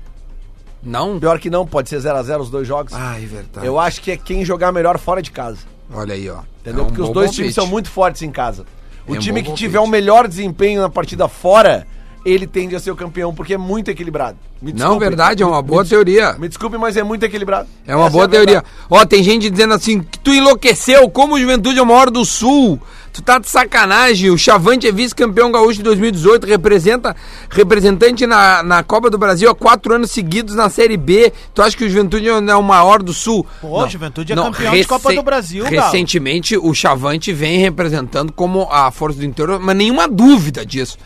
Speaker 1: Não?
Speaker 3: pior que não, pode ser 0 a 0 os dois jogos.
Speaker 1: Ai, Ah, verdade.
Speaker 3: Eu acho que é quem jogar melhor fora de casa.
Speaker 1: Olha aí, ó.
Speaker 3: Entendeu?
Speaker 1: É um
Speaker 3: Porque os
Speaker 1: bom
Speaker 3: dois
Speaker 1: palpite.
Speaker 3: times são muito fortes em casa. O
Speaker 1: É um
Speaker 3: time
Speaker 1: bom
Speaker 3: que
Speaker 1: palpite.
Speaker 3: tiver o melhor desempenho na partida fora, ele tende a ser o campeão, porque é muito equilibrado. Me
Speaker 1: Não, verdade, é uma boa teoria.
Speaker 3: Me desculpe, mas é muito equilibrado.
Speaker 1: É uma
Speaker 3: Essa
Speaker 1: boa
Speaker 3: a
Speaker 1: teoria.
Speaker 3: verdade.
Speaker 1: Ó, tem gente dizendo assim, que tu enlouqueceu, como o Juventude é o maior do Sul. Tu tá de sacanagem. O Chavante é vice-campeão gaúcho de 2018, representa representante na, na Copa do Brasil há quatro anos seguidos na Série B. Tu acha que o Juventude é o maior do Sul?
Speaker 4: Pô, o Juventude é campeão de Copa do Brasil, Galo.
Speaker 1: Recentemente, o Chavante vem representando como a força do interior, mas nenhuma dúvida disso.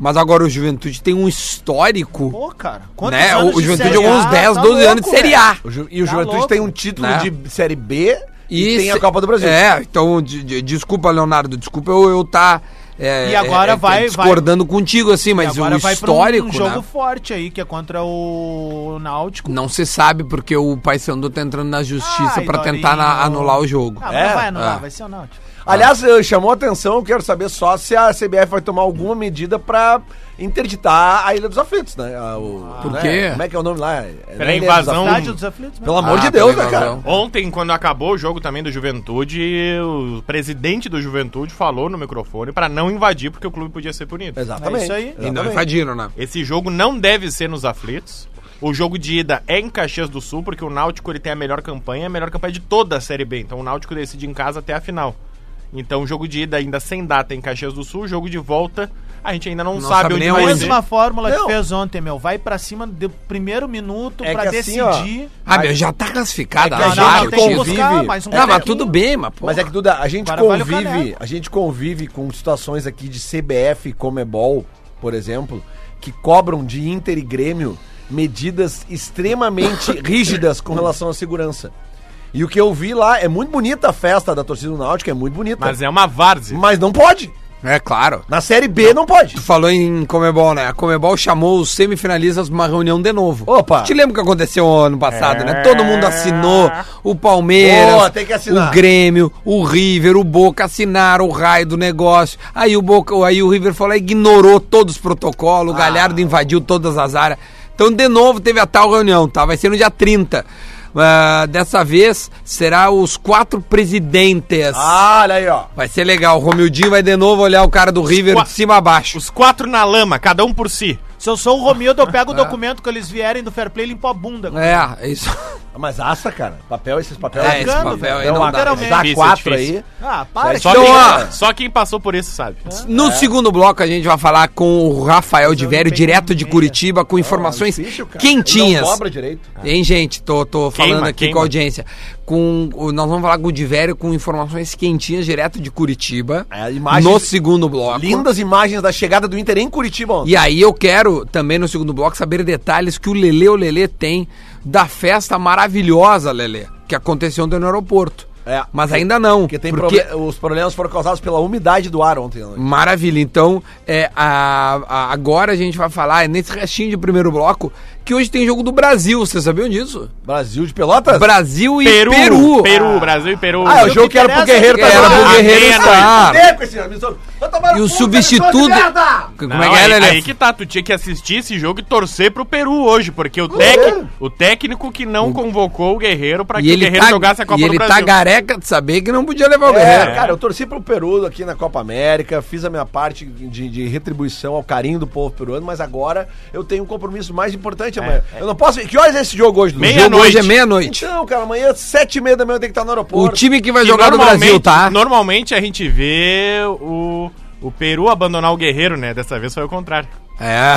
Speaker 1: Mas agora o Juventude tem um histórico...
Speaker 4: Pô, cara.
Speaker 1: né? O, o
Speaker 4: de
Speaker 1: Juventude
Speaker 4: Série
Speaker 1: jogou uns
Speaker 4: A?
Speaker 1: 10,
Speaker 4: Tá
Speaker 1: 12
Speaker 4: louco,
Speaker 1: anos de Série A.
Speaker 3: O Ju- e o
Speaker 4: Tá
Speaker 3: Juventude
Speaker 4: louco.
Speaker 3: tem um título
Speaker 1: Né? É.
Speaker 3: de Série B e, tem
Speaker 1: se-
Speaker 3: a Copa do Brasil.
Speaker 1: É, então, de- de- desculpa, Leonardo, desculpa eu, eu tá é,
Speaker 4: E agora
Speaker 1: é- é-
Speaker 4: vai-
Speaker 1: discordando contigo, assim, mas o
Speaker 4: vai pra um-
Speaker 1: histórico.
Speaker 4: um jogo
Speaker 1: né?
Speaker 4: forte aí, que é contra o Náutico.
Speaker 1: Não se sabe porque o Paysandu tá entrando na justiça
Speaker 4: Ai,
Speaker 1: pra tentar
Speaker 4: Dorinho.
Speaker 1: na- anular o jogo.
Speaker 4: Ah, mas
Speaker 3: É?
Speaker 4: não vai anular,
Speaker 1: É.
Speaker 4: vai ser o Náutico.
Speaker 3: Aliás, eh, chamou a atenção, eu quero saber só se a CBF vai tomar alguma medida pra interditar a Ilha dos Aflitos, né? A- o-
Speaker 1: Ah, Por
Speaker 3: né?
Speaker 1: quê?
Speaker 3: Como é que é o nome lá? É- é
Speaker 5: Pela
Speaker 3: Ilha dos
Speaker 5: invasão.
Speaker 3: Aflitos.
Speaker 4: Estádio dos aflitos, né?
Speaker 3: Pelo amor
Speaker 1: Ah,
Speaker 3: de Deus,
Speaker 1: pela
Speaker 3: né, cara?
Speaker 1: invasão.
Speaker 5: Ontem, quando acabou o jogo também do Juventude, o presidente do Juventude falou no microfone pra não invadir, porque o clube podia ser punido.
Speaker 3: Exatamente.
Speaker 4: É isso aí.
Speaker 1: E não invadiram, né?
Speaker 5: Esse jogo não deve ser nos aflitos. O jogo de ida é em Caxias do Sul, porque o Náutico ele tem a melhor campanha, a melhor campanha de toda a Série B. Então o Náutico decide em casa até a final. Então o jogo de ida ainda sem data em Caxias do Sul, o jogo de volta a gente ainda não, sabe,
Speaker 1: sabe
Speaker 5: onde
Speaker 1: nem
Speaker 5: vai
Speaker 1: onde.
Speaker 5: ser.
Speaker 4: Mesma fórmula
Speaker 3: Não.
Speaker 4: que fez ontem, meu. Vai pra cima do primeiro minuto
Speaker 3: É
Speaker 4: pra
Speaker 3: que assim, ó,
Speaker 4: decidir.
Speaker 1: Ah, meu, já tá classificado.
Speaker 3: É que
Speaker 1: ah,
Speaker 3: a
Speaker 1: já,
Speaker 3: gente
Speaker 1: eu tinha
Speaker 3: convive-
Speaker 1: visto.
Speaker 4: mais um
Speaker 1: Não, mas
Speaker 4: pouquinho.
Speaker 1: tudo bem, mas pô.
Speaker 3: Mas é que, Duda, a gente
Speaker 4: Agora vale o
Speaker 3: convive,
Speaker 4: caneco.
Speaker 3: a gente convive com situações aqui de CBF e Comebol, por exemplo, que cobram de Inter e Grêmio medidas extremamente rígidas com relação à segurança. E o que eu vi lá, é muito bonita a festa da torcida do Náutico, é muito bonita.
Speaker 5: Mas é uma várzea.
Speaker 3: Mas não pode.
Speaker 1: É claro.
Speaker 3: Na Série B não pode.
Speaker 1: Tu falou em Comebol, né? A Comebol chamou os semifinalistas pra uma reunião de novo.
Speaker 3: Opa. É.
Speaker 1: Te lembra o que aconteceu ano passado, né? Todo mundo assinou. O Palmeiras,
Speaker 3: Boa, tem que assinar.
Speaker 1: o Grêmio, o River, o Boca assinaram o raio do negócio. Aí o Boca, aí o River falou, ignorou todos os
Speaker 3: Ah.
Speaker 1: protocolos, o Galhardo invadiu todas as áreas. Então, de novo, teve a tal reunião, tá? Vai ser no dia 30. Ah, dessa vez será os quatro presidentes.
Speaker 3: Ah, olha aí, ó.
Speaker 1: Vai ser legal. O Romildinho vai de novo olhar o cara do River
Speaker 5: Qua-
Speaker 1: de cima a baixo.
Speaker 5: Os quatro na lama, cada um por si.
Speaker 4: Se eu sou o Romildo, eu pego o documento que eles vierem do Fair Play e limpo a bunda.
Speaker 1: É, é isso.
Speaker 3: Mas assa, cara. Papel, esses papéis.
Speaker 1: É, esse
Speaker 4: Bacana,
Speaker 1: papel
Speaker 4: velho.
Speaker 1: aí
Speaker 3: Então,
Speaker 1: não
Speaker 3: a,
Speaker 1: dá.
Speaker 4: literalmente.
Speaker 3: dá
Speaker 5: Difícil,
Speaker 3: quatro
Speaker 5: difícil.
Speaker 3: aí.
Speaker 4: Ah, para.
Speaker 5: Só,
Speaker 1: Então,
Speaker 5: quem,
Speaker 1: ó.
Speaker 5: só quem passou por isso sabe.
Speaker 1: No segundo bloco a gente vai falar com o Rafael de Vério, direto de Curitiba, com informações
Speaker 3: Difícil, cara.
Speaker 1: quentinhas.
Speaker 3: Não cobra direito.
Speaker 1: Hein, gente? Tô, tô falando
Speaker 5: Queima,
Speaker 1: aqui
Speaker 5: queima.
Speaker 1: com a audiência. Com, o- nós vamos falar com o Divério com informações quentinhas direto de Curitiba.
Speaker 3: É, imagens
Speaker 1: no segundo bloco.
Speaker 3: Lindas imagens da chegada do Inter em Curitiba ontem.
Speaker 1: E aí eu quero também no segundo bloco saber detalhes que o Lele o Lelê tem da festa maravilhosa, Lelê, que aconteceu ontem no aeroporto.
Speaker 3: É.
Speaker 1: Mas ainda não.
Speaker 3: Porque, tem proble- os problemas foram causados pela umidade do ar ontem. né? à noite.
Speaker 1: Maravilha. Então, é, a- a- agora a gente vai falar, é nesse restinho de primeiro bloco, que hoje tem jogo do Brasil. Vocês sabiam disso?
Speaker 3: Brasil de Pelotas?
Speaker 1: Brasil e
Speaker 5: Peru,
Speaker 1: Peru.
Speaker 5: Peru, Brasil e Peru.
Speaker 3: ah, é o jogo que era pro
Speaker 1: é
Speaker 3: Guerreiro
Speaker 1: que era
Speaker 3: tá
Speaker 1: pro
Speaker 3: jogando.
Speaker 1: Guerreiro
Speaker 5: Ah,
Speaker 1: estar.
Speaker 3: Tem com esse amistoso. Vai tomar
Speaker 1: E
Speaker 3: no
Speaker 1: o
Speaker 3: cu,
Speaker 1: substituto.
Speaker 3: amistoso de merda!
Speaker 1: Como
Speaker 5: Não,
Speaker 1: é que é,
Speaker 5: aí,
Speaker 1: Lelê?
Speaker 5: aí que tá, tu tinha que assistir esse jogo e torcer pro Peru hoje, porque o, tec, o técnico que não convocou o Guerreiro pra
Speaker 1: E
Speaker 5: que o
Speaker 1: ele,
Speaker 5: Guerreiro
Speaker 1: tá,
Speaker 5: jogasse a Copa
Speaker 1: e
Speaker 5: do
Speaker 1: ele tá
Speaker 5: Brasil.
Speaker 1: careca de saber que não podia levar o Guerreiro.
Speaker 3: É, cara, eu torci pro Peru aqui na Copa América, fiz a minha parte de, de retribuição ao carinho do povo peruano, mas agora eu tenho um compromisso mais importante
Speaker 1: É,
Speaker 3: amanhã. Eu não posso. Que horas é esse jogo hoje, Dudu?
Speaker 1: O jogo hoje é
Speaker 5: meia-noite.
Speaker 1: meia-noite.
Speaker 3: Então, cara, amanhã, sete e meia da manhã, eu tenho que estar no
Speaker 1: O
Speaker 3: aeroporto.
Speaker 1: time que vai
Speaker 5: E
Speaker 1: jogar do
Speaker 5: normalmente-
Speaker 1: Brasil, tá?
Speaker 5: Normalmente a gente vê o, o Peru abandonar o Guerreiro, né? Dessa vez foi o contrário.
Speaker 1: É.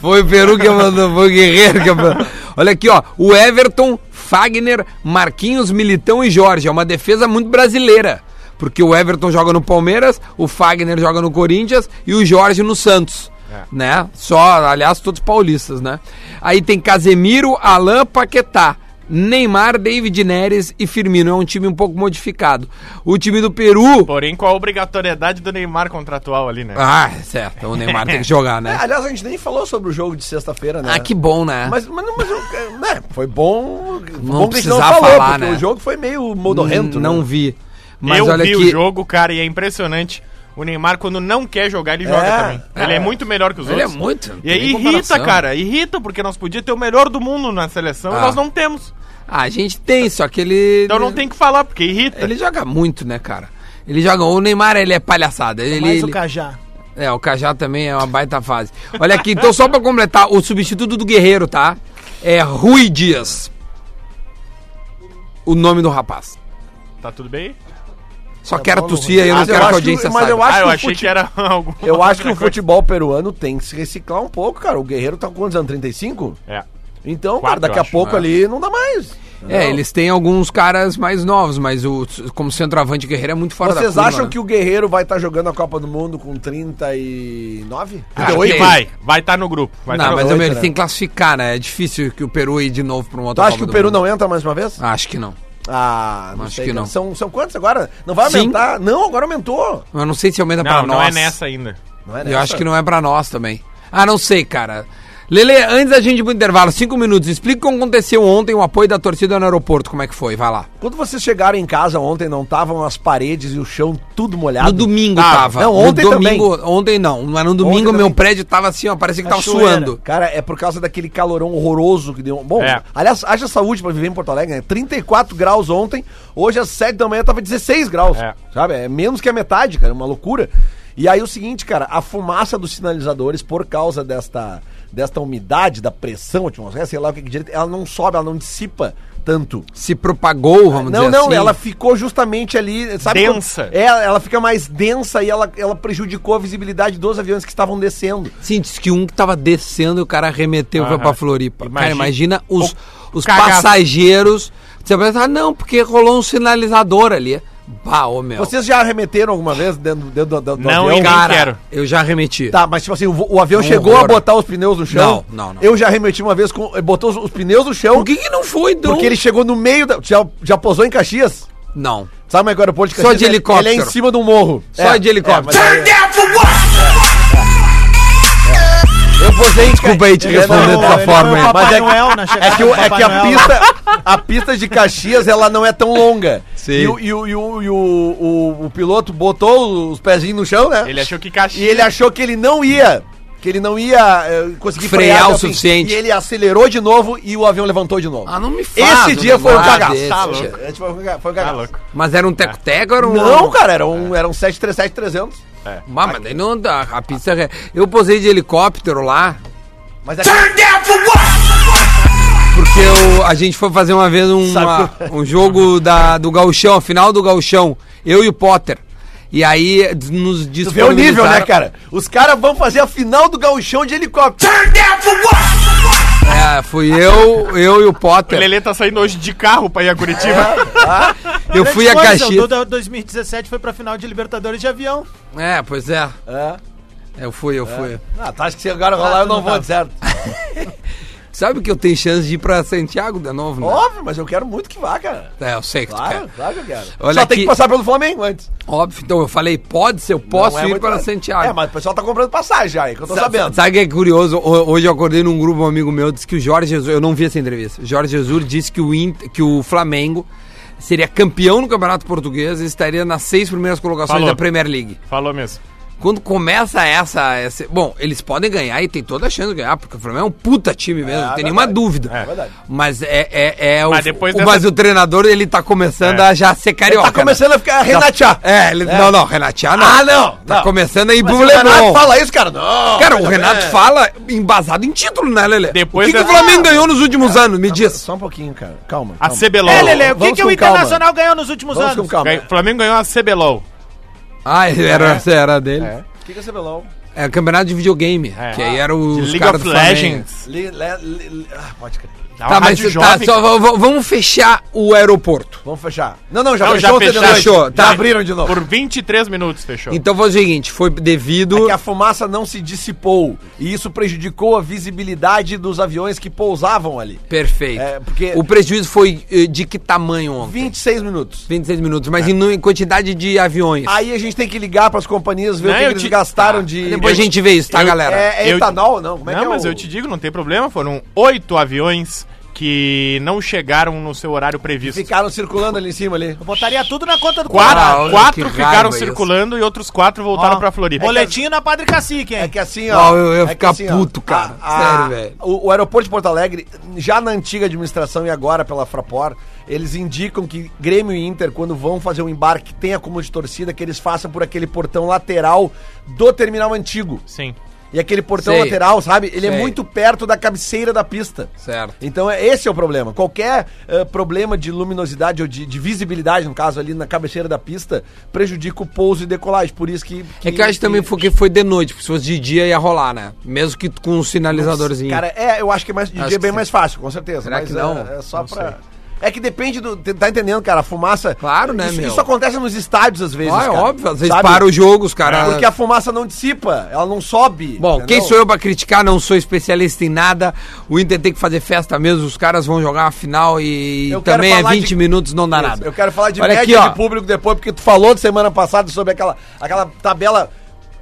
Speaker 1: Foi o Peru que mandou, foi o Guerreiro que mandou. Olha aqui, ó. O Everton, Fagner, Marquinhos, Militão e Jorge. É uma defesa muito brasileira. Porque o Everton joga no Palmeiras, o Fagner joga no Corinthians e o Jorge no Santos. Né? Só, aliás, todos paulistas, né? Aí tem Casemiro, Alain, Paquetá. Neymar, David Neres e Firmino. É um time um pouco modificado. O time do Peru.
Speaker 5: Porém, com a obrigatoriedade do Neymar contratual ali, né?
Speaker 1: Ah, certo. O Neymar tem que jogar,
Speaker 3: É, *laughs*
Speaker 1: né?
Speaker 3: aliás, a gente nem falou sobre o jogo de sexta-feira, né?
Speaker 1: Ah, que bom, né?
Speaker 3: Mas, mas, não- mas eu- né, foi bom. foi
Speaker 1: Não
Speaker 3: bom que a gente
Speaker 1: precisava falar,
Speaker 3: porque
Speaker 1: né?
Speaker 3: O jogo foi meio modorrento.
Speaker 1: N- Hum, Não
Speaker 3: né?
Speaker 1: vi. Mas
Speaker 5: eu
Speaker 1: olha
Speaker 5: vi
Speaker 1: que
Speaker 5: o jogo, cara, e é impressionante. O Neymar, quando não quer jogar, ele joga
Speaker 3: É,
Speaker 5: também. Ele é muito melhor que os
Speaker 1: Ele é
Speaker 5: outros.
Speaker 1: muito, não
Speaker 5: E
Speaker 1: tem
Speaker 5: aí
Speaker 1: nem
Speaker 5: irrita,
Speaker 1: comparação.
Speaker 5: cara. Irrita, porque nós podíamos ter o melhor do mundo na seleção e
Speaker 1: Ah.
Speaker 5: nós não temos.
Speaker 1: a gente tem, só que ele
Speaker 5: Então não tem o que falar, porque irrita.
Speaker 1: ele joga muito, né, cara? Ele joga, o Neymar ele é palhaçada. Ele,
Speaker 4: Mais o
Speaker 1: ele-
Speaker 4: Cajá.
Speaker 1: É, o Cajá também é uma baita fase. Olha aqui, então só pra completar, o substituto do Guerreiro, tá? É Rui Dias. O nome do rapaz.
Speaker 5: Tá tudo bem?
Speaker 3: É
Speaker 1: Só quero tossir aí, eu não
Speaker 3: Mas eu
Speaker 1: quero que a
Speaker 3: acho
Speaker 1: audiência
Speaker 3: que- mas eu
Speaker 1: saiba.
Speaker 3: acho
Speaker 5: ah, eu
Speaker 3: que o
Speaker 5: achei
Speaker 3: fute-
Speaker 5: que era *laughs* algo.
Speaker 3: Eu acho que o futebol peruano tem que se reciclar um pouco, cara. O Guerreiro tá com quantos anos? 35?
Speaker 5: É.
Speaker 3: Então,
Speaker 5: Quatro,
Speaker 3: cara, daqui
Speaker 5: eu
Speaker 3: a
Speaker 5: acho,
Speaker 3: pouco
Speaker 1: né?
Speaker 3: ali não dá mais.
Speaker 1: É, eles têm alguns caras mais novos, mas o, como centroavante Guerreiro é muito fora da
Speaker 3: Vocês
Speaker 1: curva,
Speaker 3: acham
Speaker 1: né?
Speaker 3: que o Guerreiro vai estar jogando a Copa do Mundo com 39?
Speaker 1: Ah,
Speaker 5: Acho que
Speaker 1: 38?
Speaker 5: vai. Vai estar no grupo. Vai tá
Speaker 1: Não,
Speaker 5: no
Speaker 1: mas
Speaker 5: grupo.
Speaker 1: eu,
Speaker 3: oito,
Speaker 1: ele
Speaker 3: né?
Speaker 1: tem É que classificar, né? É difícil que o Peru ir de novo pra um
Speaker 3: Tu
Speaker 1: outro
Speaker 3: acha que o Peru não entra mais uma vez?
Speaker 1: Acho que não.
Speaker 3: Ah, não
Speaker 1: Acho
Speaker 3: sei,
Speaker 1: que
Speaker 3: cara.
Speaker 1: não.
Speaker 3: São, são quantos agora? Não vai
Speaker 1: Sim.
Speaker 3: aumentar? Não, agora aumentou.
Speaker 1: Eu não sei se aumenta pra
Speaker 5: Não,
Speaker 1: nós.
Speaker 5: não é nessa ainda.
Speaker 3: Não é
Speaker 1: Eu acho que não é pra nós também. Ah, não sei, cara. Lele, antes da gente ir pro intervalo, cinco minutos, explica como aconteceu ontem o apoio da torcida no aeroporto, como é que foi, vai lá.
Speaker 3: Quando vocês chegaram em casa ontem, não estavam as paredes e o chão tudo molhado?
Speaker 1: No domingo
Speaker 3: Ah,
Speaker 1: tava.
Speaker 3: Não,
Speaker 1: No
Speaker 3: ontem
Speaker 1: domingo,
Speaker 3: também.
Speaker 1: Ontem não, mas no domingo
Speaker 3: Ontem
Speaker 1: meu
Speaker 3: também.
Speaker 1: prédio tava assim, ó, parecia que tava
Speaker 3: Cachoeira.
Speaker 1: suando.
Speaker 3: Cara, é por causa daquele calorão horroroso que deu. Bom,
Speaker 5: É.
Speaker 3: aliás, haja saúde pra viver em Porto Alegre, né? 34 graus ontem, hoje às 7 da manhã tava 16 graus.
Speaker 5: É.
Speaker 3: Sabe? É menos que a metade, cara, é uma loucura. E aí o seguinte, cara, a fumaça dos sinalizadores, por causa desta, desta umidade, da pressão atmosférica, sei lá o que que direito, ela não sobe, ela não dissipa tanto.
Speaker 1: Se propagou, vamos
Speaker 3: não,
Speaker 1: dizer
Speaker 3: não,
Speaker 1: assim.
Speaker 3: ela ficou justamente ali, sabe? quando-
Speaker 5: Densa.
Speaker 3: É, ela fica mais densa e ela, ela prejudicou a visibilidade dos aviões que estavam descendo.
Speaker 1: Sim, disse que um que tava descendo e o cara remeteu e foi
Speaker 5: Aham.
Speaker 1: pra Floripa. Cara,
Speaker 5: Imagina-
Speaker 1: imagina os, os
Speaker 5: Cagaço.
Speaker 1: passageiros. Você vai pensar, não, porque rolou um sinalizador ali. Bah, ô meu.
Speaker 3: Vocês já arremeteram alguma vez dentro, dentro do, do- do
Speaker 5: Não,
Speaker 3: avião?
Speaker 5: hein?
Speaker 1: cara,
Speaker 5: quero.
Speaker 1: eu já remeti.
Speaker 3: Tá, mas tipo assim, o, vo- o avião
Speaker 1: Um
Speaker 3: chegou
Speaker 1: horror.
Speaker 3: a botar os pneus no chão.
Speaker 1: Não, não, não.
Speaker 3: Eu já arremeti uma vez, com, botou os, os pneus no chão.
Speaker 1: Por que que não foi, então?
Speaker 3: Porque ele chegou no meio da. Já, já posou em Caxias?
Speaker 1: Não.
Speaker 3: Sabe como é que o aeroporto de
Speaker 1: Só
Speaker 3: Caxias?
Speaker 1: de
Speaker 3: é-
Speaker 1: helicóptero.
Speaker 3: Ele é em cima de um morro.
Speaker 1: Só
Speaker 3: É,
Speaker 1: de helicóptero.
Speaker 3: é, mas aí- É. Eu posei em
Speaker 1: Desculpa aí te
Speaker 3: É, não,
Speaker 1: responder
Speaker 3: não,
Speaker 1: dessa
Speaker 3: ele
Speaker 1: forma
Speaker 3: foi
Speaker 1: aí.
Speaker 3: o Papai
Speaker 4: Mas é-
Speaker 3: Noel na chegada. É que, o-
Speaker 4: do
Speaker 3: é
Speaker 4: Papai
Speaker 3: que a,
Speaker 4: Noel.
Speaker 3: pista, a pista de Caxias ela não é tão longa.
Speaker 1: Sim.
Speaker 3: E, o, e, o, e, o, e o, o- o piloto botou os pezinhos no chão, né?
Speaker 5: Ele achou que caixa.
Speaker 3: E ele achou que ele não ia. Que ele não ia eh, conseguir
Speaker 1: Frear
Speaker 3: até
Speaker 1: o
Speaker 3: fim.
Speaker 1: suficiente.
Speaker 3: E ele acelerou de novo e o avião levantou de novo.
Speaker 1: Ah, não me faz
Speaker 3: Esse dia
Speaker 1: um
Speaker 3: foi um
Speaker 1: negócio
Speaker 3: cagaço.
Speaker 1: desse,
Speaker 3: Tá
Speaker 1: cara.
Speaker 3: louco. É, tipo, Foi um caga- foi um
Speaker 5: Tá
Speaker 3: cagaço.
Speaker 5: louco.
Speaker 1: Mas era um teco-teco ou um...
Speaker 3: Não, cara, era um, era um 737-300.
Speaker 1: Mas, mas daí não dá. A pista é... Eu posei de helicóptero lá,
Speaker 3: Mas é que
Speaker 1: porque eu- a gente foi fazer uma vez uma- um jogo da, do gauchão, a final do gauchão. Eu e o Potter. E aí des- nos
Speaker 3: tu vê o nível, né,
Speaker 1: disponibilizaram-
Speaker 3: cara? Os caras vão fazer a final do gauchão de helicóptero.
Speaker 1: É, fui eu, eu e o
Speaker 5: O
Speaker 1: Potter.
Speaker 5: Lelê tá saindo hoje de carro pra ir a Curitiba.
Speaker 1: Eu fui a
Speaker 4: Grande coisa, O
Speaker 1: Caxias.
Speaker 4: Duda 2017 foi pra final de Libertadores de avião.
Speaker 1: É, pois é.
Speaker 3: É.
Speaker 1: Eu fui, eu fui.
Speaker 3: Ah, tu acha que se agora rolar eu não vou, de certo?
Speaker 1: Sabe que eu tenho chance de ir pra Santiago de novo, né?
Speaker 3: Óbvio, mas eu quero muito que vá, cara.
Speaker 1: É, eu sei que tu
Speaker 3: Claro,
Speaker 1: quer.
Speaker 3: claro que eu quero.
Speaker 1: Olha
Speaker 3: Só tem
Speaker 1: aqui.
Speaker 3: que passar pelo Flamengo antes.
Speaker 1: Óbvio, então eu falei, pode ser, eu posso
Speaker 3: Não é
Speaker 1: ir
Speaker 3: muito
Speaker 1: para
Speaker 3: fácil.
Speaker 1: Santiago.
Speaker 3: É, mas o pessoal tá comprando passagem aí, que eu tô sabendo. tá
Speaker 1: Sabe o que é curioso? Ho- Hoje eu acordei num grupo, um amigo meu disse que o Jorge Jesus. Eu não vi essa entrevista. O Jorge Jesus disse que o, Inter- que o Flamengo seria campeão no Campeonato Português e estaria nas seis primeiras colocações
Speaker 5: Falou.
Speaker 1: da Premier League.
Speaker 5: Falou mesmo.
Speaker 1: Quando começa essa, essa- Bom, eles podem ganhar e tem toda a chance de ganhar, porque o Flamengo é um puta time mesmo, não tem
Speaker 3: verdade.
Speaker 1: nenhuma dúvida.
Speaker 3: É verdade.
Speaker 1: Mas é, é, é o,
Speaker 5: Mas depois
Speaker 1: o-
Speaker 5: dessa-
Speaker 1: mas o treinador, ele tá começando
Speaker 5: É.
Speaker 1: a já ser carioca. né?
Speaker 3: Tá começando a ficar renatear.
Speaker 1: É, ele, não, não, Renatear não.
Speaker 3: Ah, não,
Speaker 1: Tá
Speaker 3: não.
Speaker 1: começando a ir pro
Speaker 3: O Renato
Speaker 1: Leblon.
Speaker 3: fala isso, cara. Não. é
Speaker 1: Cara, o Renato fala embasado em título, né, Lelê?
Speaker 5: Depois
Speaker 1: o que, que
Speaker 5: dessa-
Speaker 1: o Flamengo ganhou nos últimos anos? Me diz.
Speaker 3: Só um pouquinho, cara. Calma.
Speaker 5: A
Speaker 3: calma.
Speaker 5: CBLOL.
Speaker 4: É, Lelê, o que,
Speaker 3: vamos
Speaker 4: que
Speaker 3: com
Speaker 4: o
Speaker 3: calma.
Speaker 4: Internacional ganhou nos últimos
Speaker 3: Vamos
Speaker 4: anos?
Speaker 3: com calma.
Speaker 5: Ganhou- O Flamengo ganhou a CBLOL.
Speaker 1: Ah, era, era dele. É.
Speaker 5: É.
Speaker 3: O que que é CBLOL?
Speaker 1: campeonato de videogame,
Speaker 5: É.
Speaker 1: que aí era
Speaker 5: De
Speaker 1: os
Speaker 5: League
Speaker 1: caras
Speaker 5: of
Speaker 1: do Flamengo.
Speaker 5: Legends. É
Speaker 3: Li- le- li- li- ah, pode crer.
Speaker 1: Tá, mas tá, só v- v- vamos fechar o aeroporto.
Speaker 3: Vamos fechar. Não, não, já
Speaker 5: Não, já
Speaker 3: fechou. Então você
Speaker 5: fecharam.
Speaker 3: fechou.
Speaker 1: Tá.
Speaker 3: Já abriram de novo.
Speaker 5: Por 23 minutos fechou.
Speaker 1: Então foi o seguinte, foi
Speaker 3: É
Speaker 1: devido...
Speaker 3: que a fumaça não se dissipou e isso prejudicou a visibilidade dos aviões que pousavam ali.
Speaker 1: Perfeito.
Speaker 3: É, porque-
Speaker 1: O prejuízo foi eh, de que tamanho ontem?
Speaker 3: 26 minutos.
Speaker 1: 26 minutos, mas em, nu- em quantidade de aviões.
Speaker 3: Aí a gente tem que ligar pras companhias, ver
Speaker 5: Não,
Speaker 3: o que,
Speaker 5: eu
Speaker 3: eles
Speaker 5: te-
Speaker 3: gastaram
Speaker 5: tá.
Speaker 3: de.
Speaker 1: Ah, Depois a gente vê isso, tá, galera?
Speaker 3: É, é
Speaker 5: Eu-
Speaker 3: etanol, não? Como é
Speaker 5: não,
Speaker 3: que é
Speaker 5: mas
Speaker 3: o-
Speaker 5: eu te digo, não tem problema. Foram oito aviões que não chegaram no seu horário previsto.
Speaker 3: Ficaram circulando ali em cima ali.
Speaker 4: Eu botaria tudo na conta do
Speaker 5: Quatro,
Speaker 1: Ah, olha
Speaker 5: quatro
Speaker 1: que
Speaker 5: ficaram
Speaker 1: raiva
Speaker 5: circulando e outros quatro voltaram
Speaker 4: Ó,
Speaker 5: pra Floripa.
Speaker 4: Boletinho na Padre Cacique, hein?
Speaker 3: É que assim, ó.
Speaker 1: Não, eu ia
Speaker 3: é que
Speaker 1: ficar puto, cara. Sério, velho.
Speaker 3: O, o aeroporto de Porto Alegre, já na antiga administração e agora pela Fraport, eles indicam que Grêmio e Inter, quando vão fazer um embarque, que tem acúmulo de torcida, que eles façam por aquele portão lateral do terminal antigo.
Speaker 5: Sim.
Speaker 3: E aquele portão
Speaker 1: Sei.
Speaker 3: lateral, sabe? Ele
Speaker 1: Sei.
Speaker 3: é muito perto da cabeceira da pista.
Speaker 1: Certo.
Speaker 3: Então é- esse é o problema. Qualquer eh, problema de luminosidade ou de, de visibilidade, no caso, ali na cabeceira da pista, prejudica o pouso e decolagem. Por isso que.
Speaker 1: É que eu acho que também foi que foi de noite, porque se fosse de dia ia rolar, né? Mesmo que com um sinalizadorzinho.
Speaker 3: Cara, é, eu acho que é mais, de
Speaker 1: Acho
Speaker 3: dia é
Speaker 1: que
Speaker 3: bem
Speaker 1: sim.
Speaker 3: mais fácil, com certeza.
Speaker 1: Será
Speaker 3: mas
Speaker 1: que
Speaker 3: é-
Speaker 1: não?
Speaker 3: É, só pra. É que depende do. Tá entendendo, cara? A fumaça.
Speaker 1: Claro, né,
Speaker 3: isso,
Speaker 1: meu?
Speaker 3: Isso acontece nos estádios às vezes.
Speaker 1: Ah, é
Speaker 3: cara.
Speaker 1: óbvio, às vezes
Speaker 3: Sabe?
Speaker 1: para o jogo, os caras.
Speaker 3: Porque a fumaça não dissipa, ela não sobe.
Speaker 1: Bom,
Speaker 3: entendeu?
Speaker 1: quem sou eu pra criticar? Não sou especialista em nada. O Inter tem que fazer festa mesmo. Os caras vão jogar uma final e
Speaker 3: Eu quero
Speaker 1: também é
Speaker 3: falar
Speaker 1: 20
Speaker 3: de-
Speaker 1: minutos, não dá
Speaker 3: Isso,
Speaker 1: nada.
Speaker 3: Eu quero falar de
Speaker 1: Olha
Speaker 3: média
Speaker 1: aqui, ó.
Speaker 3: de público depois, porque tu falou de semana passada sobre aquela, aquela tabela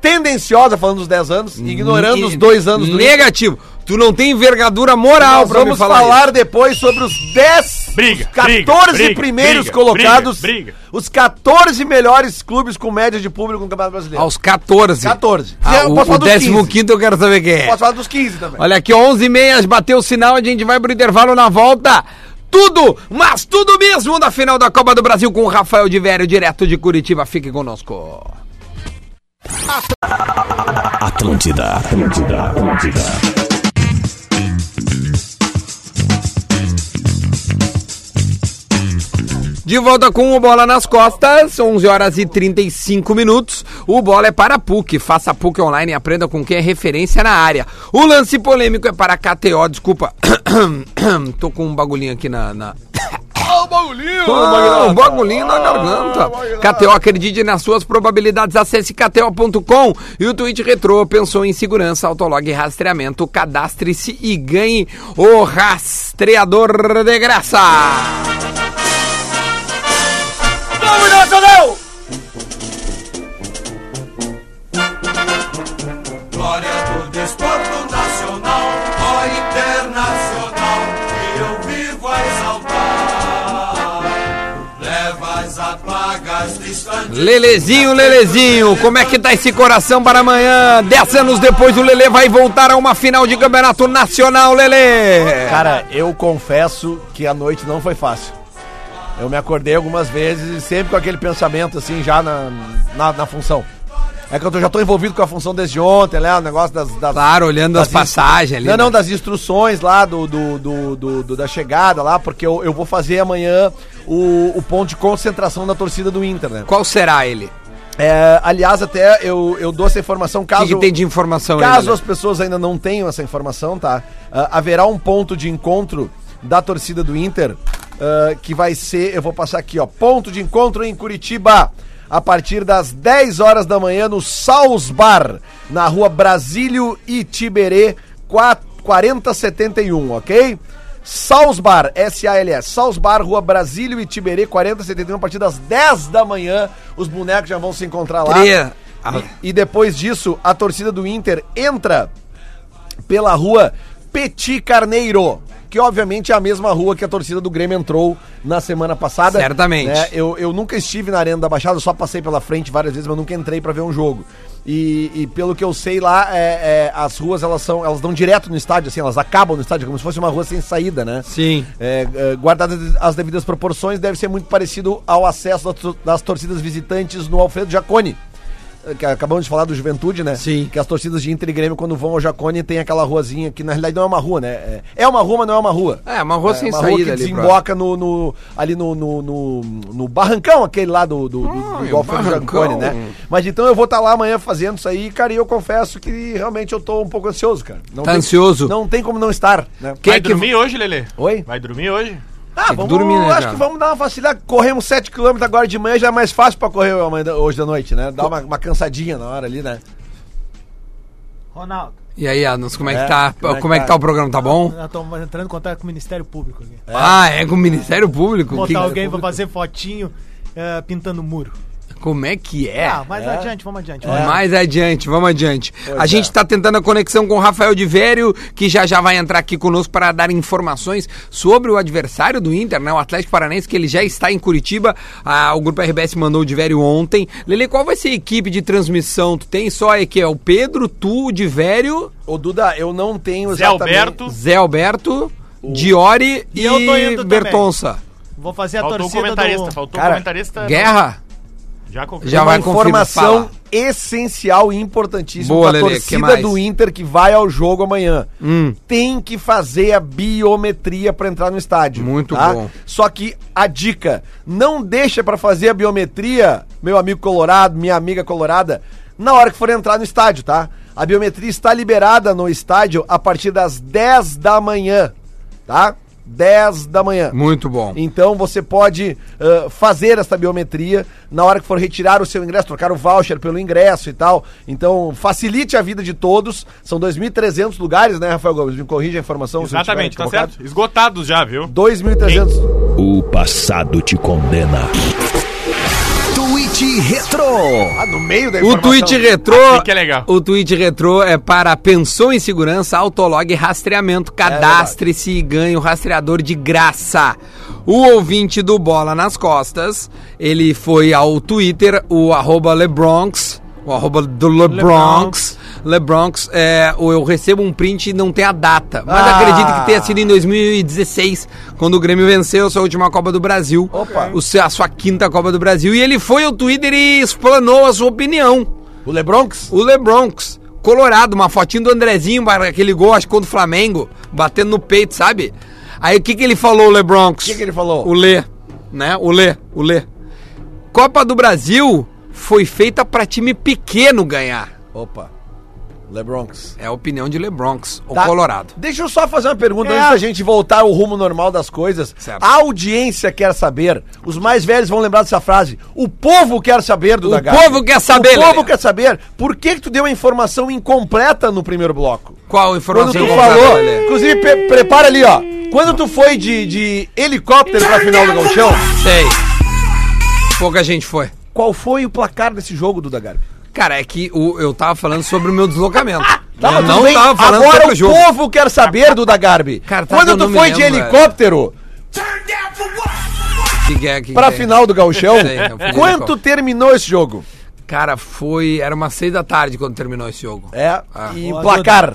Speaker 3: tendenciosa, falando dos 10 anos, ignorando
Speaker 1: Ne-
Speaker 3: os dois anos do Inter.
Speaker 1: Negativo. Tu não tem envergadura moral
Speaker 3: Nós
Speaker 1: pra me
Speaker 3: vamos
Speaker 1: falar.
Speaker 3: falar,
Speaker 1: isso.
Speaker 3: depois sobre os 10,
Speaker 5: Briga,
Speaker 3: os 14
Speaker 5: briga,
Speaker 3: primeiros
Speaker 5: briga,
Speaker 3: colocados,
Speaker 5: briga, briga.
Speaker 3: os 14 melhores clubes com média de público no Campeonato Brasileiro.
Speaker 1: Aos 14.
Speaker 3: 14.
Speaker 1: Ah,
Speaker 3: Eu
Speaker 1: o
Speaker 3: posso falar
Speaker 1: o
Speaker 3: dos
Speaker 1: 15
Speaker 3: 15.
Speaker 1: eu quero saber quem é.
Speaker 3: Posso falar dos 15 também.
Speaker 1: Olha aqui, ó, 11h30, bateu o sinal, a gente vai pro intervalo na volta. Tudo, mas tudo mesmo da final da Copa do Brasil com o Rafael de Vério, direto de Curitiba. Fique conosco.
Speaker 6: Atlântida, Atlântida, Atlântida.
Speaker 1: De volta com o Bola nas Costas, 11 horas e 35 minutos. O Bola é para a PUC. Faça a PUC online e aprenda com quem é referência na área. O lance polêmico é para a KTO. Desculpa, *coughs* tô com um bagulhinho aqui na... na... Ah, o bagulhinho na garganta. KTO, acredite nas suas probabilidades. Acesse KTO.com e o tweet retrô pensou em segurança, autolog e rastreamento. Cadastre-se e ganhe o rastreador de graça. Lelezinho, Lelezinho, como é que tá esse coração para amanhã? Dez anos depois, o Lele vai voltar a uma final de campeonato nacional, Lele.
Speaker 3: Cara, eu confesso que a noite não foi fácil. Eu me acordei algumas vezes e sempre com aquele pensamento assim, já na, na, na função. É que eu tô- já tô envolvido com a função desde ontem, né? O negócio das. das
Speaker 1: Claro, olhando as
Speaker 3: das
Speaker 1: passagens ali. né?
Speaker 3: Não, não, das instruções lá do, do, do- do- do- da chegada lá, porque eu, eu vou fazer amanhã o, o ponto de concentração da torcida do Inter, né?
Speaker 1: Qual será ele?
Speaker 3: É, aliás, até eu, eu dou essa informação
Speaker 1: O
Speaker 3: caso.
Speaker 1: que, que tem de informação né? aí,
Speaker 3: Caso
Speaker 1: Lele?
Speaker 3: as pessoas ainda não tenham essa informação, tá? Ah, haverá um ponto de encontro da torcida do Inter ah, que vai ser, eu vou passar aqui, ó, ponto de encontro em Curitiba. A partir das 10 horas da manhã no Saus Bar, na rua Brasílio e Tiberê, 4 4071, ok? Saus Bar, S-A-L-S, Saus Bar, Rua Brasílio e Tiberê, 4071, a partir das 10 da manhã, os bonecos já vão se encontrar lá.
Speaker 1: Tre- Ah.
Speaker 3: E, e depois disso, a torcida do Inter entra pela rua Petit Carneiro, que obviamente é a mesma rua que a torcida do Grêmio entrou na semana passada.
Speaker 1: Certamente.
Speaker 3: Né? Eu, eu nunca estive na Arena da Baixada, eu só passei pela frente várias vezes, mas nunca entrei pra ver um jogo. E, e pelo que eu sei lá, é- é, as ruas elas são, elas dão direto no estádio, assim, elas acabam no estádio, como se fosse uma rua sem saída, né?
Speaker 1: Sim.
Speaker 3: É, é, guardadas as devidas proporções, deve ser muito parecido ao acesso das tor- das torcidas visitantes no Alfredo Jaconi. É, Que acabamos de falar do Juventude, né?
Speaker 1: Sim.
Speaker 3: Que as torcidas de Inter e Grêmio, quando vão ao Jacone, tem aquela ruazinha que na realidade não é uma rua, né? É- É uma rua, mas não é uma rua.
Speaker 1: É, uma rua sem
Speaker 3: uma
Speaker 1: saída
Speaker 3: que
Speaker 1: ali,
Speaker 3: desemboca no, no- ali no, no, no- no barrancão, aquele lá do, do, do, do,
Speaker 1: o Ah,
Speaker 3: Alfredo
Speaker 1: é um barrancão.
Speaker 3: Jacone, né? Mas então eu vou estar lá amanhã fazendo isso aí, cara, e eu confesso que realmente eu tô um pouco ansioso, cara. Não
Speaker 1: Tá
Speaker 3: tem-
Speaker 1: ansioso?
Speaker 3: Não tem como não estar, né?
Speaker 1: Quem
Speaker 5: Vai
Speaker 1: é que
Speaker 5: dormir hoje, Lelê?
Speaker 3: Oi?
Speaker 5: Vai dormir hoje?
Speaker 3: Ah,
Speaker 1: que
Speaker 3: vamos,
Speaker 1: dormir, né,
Speaker 3: acho
Speaker 1: cara?
Speaker 3: que vamos dar uma facilidade. Corremos 7km agora de manhã, já é mais fácil pra correr amanhã da- hoje da noite, né? Dá uma, uma cansadinha na hora ali, né?
Speaker 4: Ronaldo,
Speaker 1: E aí, Adams, como é,
Speaker 3: É,
Speaker 1: que tá?
Speaker 3: como é que
Speaker 1: Como é que
Speaker 3: tá?
Speaker 1: tá o programa? Tá bom?
Speaker 4: nós estamos entrando em contato com o Ministério Público aqui.
Speaker 1: Ah, é com o Ministério Público?
Speaker 4: Botar
Speaker 1: Que-
Speaker 4: alguém pra fazer fotinho eh, pintando muro.
Speaker 1: Como é que é?
Speaker 4: Ah, mas adiante, vamos
Speaker 3: É.
Speaker 4: adiante. vamos adiante.
Speaker 1: Mais adiante, vamos adiante.
Speaker 4: é.
Speaker 1: a gente está tentando a conexão com o Rafael de Vério, que já já vai entrar aqui conosco para dar informações sobre o adversário do Inter, né? o Atlético Paranaense, que ele já está em Curitiba. Ah, o Grupo RBS mandou o de Vério ontem. Lele, qual vai ser a equipe de transmissão? Tu tem só aqui, é o Pedro, tu, o de Vério,
Speaker 3: Ô, Duda, eu não tenho
Speaker 5: Zé Alberto.
Speaker 1: Zé Alberto, Diori e,
Speaker 4: E eu tô indo também.
Speaker 1: Bertonça.
Speaker 4: Vou fazer a
Speaker 5: Faltou o
Speaker 4: torcida
Speaker 5: comentarista,
Speaker 4: do...
Speaker 5: faltou o
Speaker 3: Cara,
Speaker 4: Tá,
Speaker 5: comentarista.
Speaker 1: Guerra?
Speaker 5: Já confirmou.
Speaker 1: Já
Speaker 3: uma
Speaker 1: vai confirmar,
Speaker 3: informação
Speaker 1: fala.
Speaker 3: essencial e importantíssima
Speaker 1: Boa,
Speaker 3: pra
Speaker 1: Lelê, que
Speaker 3: torcida
Speaker 1: mais?
Speaker 3: do Inter que vai ao jogo amanhã.
Speaker 1: Hum.
Speaker 3: Tem que fazer a biometria pra entrar no estádio. tá?
Speaker 1: Muito bom.
Speaker 3: Só que a dica, não deixa pra fazer a biometria, meu amigo colorado, minha amiga colorada, na hora que for entrar no estádio, tá? A biometria está liberada no estádio a partir das 10 da manhã, tá? 10 da manhã.
Speaker 1: Muito bom.
Speaker 3: Então você pode ah, fazer esta biometria na hora que for retirar o seu ingresso, trocar o voucher pelo ingresso e tal. Então facilite a vida de todos. São 2.300 lugares, né, Rafael Gomes? Me corrija a informação. se eu estiver
Speaker 5: Exatamente, tá
Speaker 3: equivocado.
Speaker 5: certo? Esgotados já, viu?
Speaker 3: 2.300.
Speaker 6: O passado te condena. Tweet Retro.
Speaker 3: Ah, no meio da
Speaker 1: O
Speaker 3: informação.
Speaker 1: tweet retrô.
Speaker 5: Aqui que é legal.
Speaker 1: O tweet retrô é para pensão em segurança, autolog e
Speaker 3: É
Speaker 1: rastreamento. Cadastre-se e ganhe o rastreador de graça. O ouvinte do Bola nas Costas, ele foi ao Twitter, o arroba Lebronx. O arroba do Lebronx. Lebronx, é, o eu recebo um print e não tem a data. Mas
Speaker 3: Ah.
Speaker 1: acredito que tenha sido em 2016, quando o Grêmio venceu a sua última Copa do Brasil.
Speaker 3: Opa.
Speaker 1: O seu- a sua quinta Copa do Brasil. E ele foi ao Twitter e explanou a sua opinião.
Speaker 3: O Lebronx?
Speaker 1: O Lebronx, Colorado, uma fotinho do Andrezinho, aquele gol, acho que contra o Flamengo, batendo no peito, sabe? Aí o que, que ele falou, o Lebronx? O
Speaker 3: que que ele falou?
Speaker 1: O Lê, né? O Lê, o Lê. Copa do Brasil foi feita pra time pequeno ganhar.
Speaker 3: Opa. Lebronx.
Speaker 1: É a opinião de Lebronx, o
Speaker 3: Tá.
Speaker 1: Colorado.
Speaker 3: Deixa eu só fazer uma pergunta
Speaker 4: É.
Speaker 3: antes da gente voltar ao rumo normal das coisas.
Speaker 1: Certo.
Speaker 3: A audiência quer saber, os mais velhos vão lembrar dessa frase. O povo quer saber do
Speaker 1: O povo quer saber,
Speaker 3: O povo
Speaker 1: Lelê.
Speaker 3: quer saber por que, que tu deu a informação incompleta no primeiro bloco.
Speaker 1: Qual
Speaker 3: Quando
Speaker 1: informação
Speaker 3: tu
Speaker 1: colocada,
Speaker 3: falou,
Speaker 1: Lelê?
Speaker 3: inclusive pre- prepara ali, ó. Quando tu foi de, de helicóptero pra final do Galchão,
Speaker 1: Sei. Pouca gente foi.
Speaker 3: qual foi o placar desse jogo, Duda Garbi?
Speaker 1: Cara, é que o- eu tava falando sobre o meu
Speaker 3: *laughs*
Speaker 1: deslocamento.
Speaker 3: Tá,
Speaker 1: eu
Speaker 3: tudo
Speaker 1: não
Speaker 3: bem.
Speaker 1: tava falando
Speaker 3: Agora é
Speaker 1: sobre
Speaker 3: o
Speaker 1: o jogo.
Speaker 3: povo quer saber, Duda Garbi.
Speaker 1: Cara, tá, eu
Speaker 3: Quando
Speaker 1: não
Speaker 3: tu
Speaker 1: me
Speaker 3: foi de
Speaker 1: lembro, é.
Speaker 3: helicóptero
Speaker 1: Que que é, que
Speaker 3: pra
Speaker 1: que é?
Speaker 3: final do Gauchão,
Speaker 1: Sei, eu fui de
Speaker 3: quanto
Speaker 1: helicóptero.
Speaker 3: terminou esse jogo?
Speaker 1: Cara, foi. Era umas seis da tarde quando terminou esse jogo.
Speaker 3: É,
Speaker 1: Ah.
Speaker 3: e placar.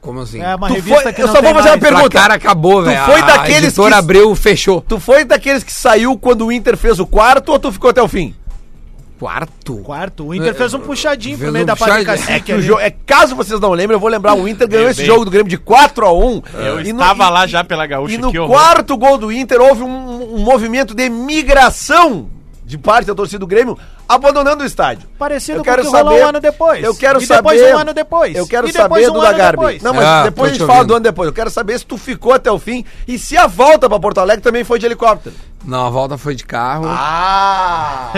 Speaker 1: Como assim?
Speaker 4: É uma
Speaker 3: Tu
Speaker 4: revista
Speaker 3: foi-
Speaker 4: que
Speaker 3: eu
Speaker 4: não
Speaker 3: só
Speaker 4: tem
Speaker 3: vou fazer uma
Speaker 4: mais.
Speaker 1: O
Speaker 3: pergunta.
Speaker 1: placar é- acabou, velho.
Speaker 3: foi
Speaker 1: a-
Speaker 3: daqueles
Speaker 1: A editora
Speaker 3: que-
Speaker 1: abriu, fechou.
Speaker 3: Tu foi daqueles que saiu quando o Inter fez o quarto ou tu ficou até o fim?
Speaker 1: Quarto?
Speaker 4: Quarto, o Inter fez um puxadinho
Speaker 1: Fez
Speaker 4: pro meio
Speaker 1: um
Speaker 4: da
Speaker 1: puxadinho.
Speaker 4: Patrick
Speaker 3: É que o jogo, é caso vocês não lembrem, eu vou lembrar, o Inter ganhou esse jogo do Grêmio de 4 a 1.
Speaker 5: Eu
Speaker 3: E no-
Speaker 5: estava
Speaker 3: e-
Speaker 5: lá já pela gaúcha,
Speaker 3: E no
Speaker 5: que horror.
Speaker 3: quarto gol do Inter houve um, um movimento de migração de parte da torcida do Grêmio, abandonando o estádio.
Speaker 4: Parecido
Speaker 3: eu quero
Speaker 4: com o que
Speaker 3: saber,
Speaker 4: rolou um ano depois.
Speaker 3: Eu quero
Speaker 4: E
Speaker 3: saber.
Speaker 4: depois um ano depois.
Speaker 3: Eu quero
Speaker 4: E depois
Speaker 3: saber
Speaker 4: um
Speaker 3: do
Speaker 4: ano
Speaker 3: Lagarbi.
Speaker 4: depois.
Speaker 3: Não, mas
Speaker 1: Ah,
Speaker 3: depois a
Speaker 1: tô
Speaker 3: gente
Speaker 1: te
Speaker 3: fala
Speaker 1: ouvindo.
Speaker 3: do ano depois. Eu quero saber se tu ficou até o fim e se a volta pra Porto Alegre também foi
Speaker 1: *laughs*
Speaker 3: de helicóptero.
Speaker 1: Não, a volta foi de carro.
Speaker 3: Ah!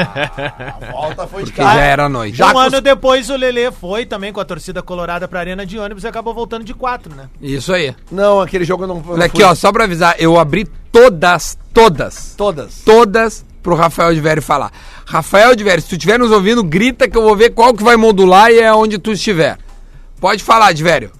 Speaker 3: A volta foi de
Speaker 1: porque já é- era noite.
Speaker 3: tá. já
Speaker 4: um
Speaker 3: cus-
Speaker 4: ano depois o Lelê foi também com a torcida colorada pra arena de ônibus e acabou voltando de quatro, né?
Speaker 1: Isso aí.
Speaker 3: Não, aquele jogo eu não. eu não
Speaker 1: Olha aqui,
Speaker 3: fui.
Speaker 1: ó, só pra avisar, eu abri todas, todas,
Speaker 3: Todas.
Speaker 1: todas pro Rafael de Vério falar. Rafael de Vério, se tu estiver nos ouvindo, grita que eu vou ver qual que vai modular e é onde tu estiver. Pode falar, de Vério.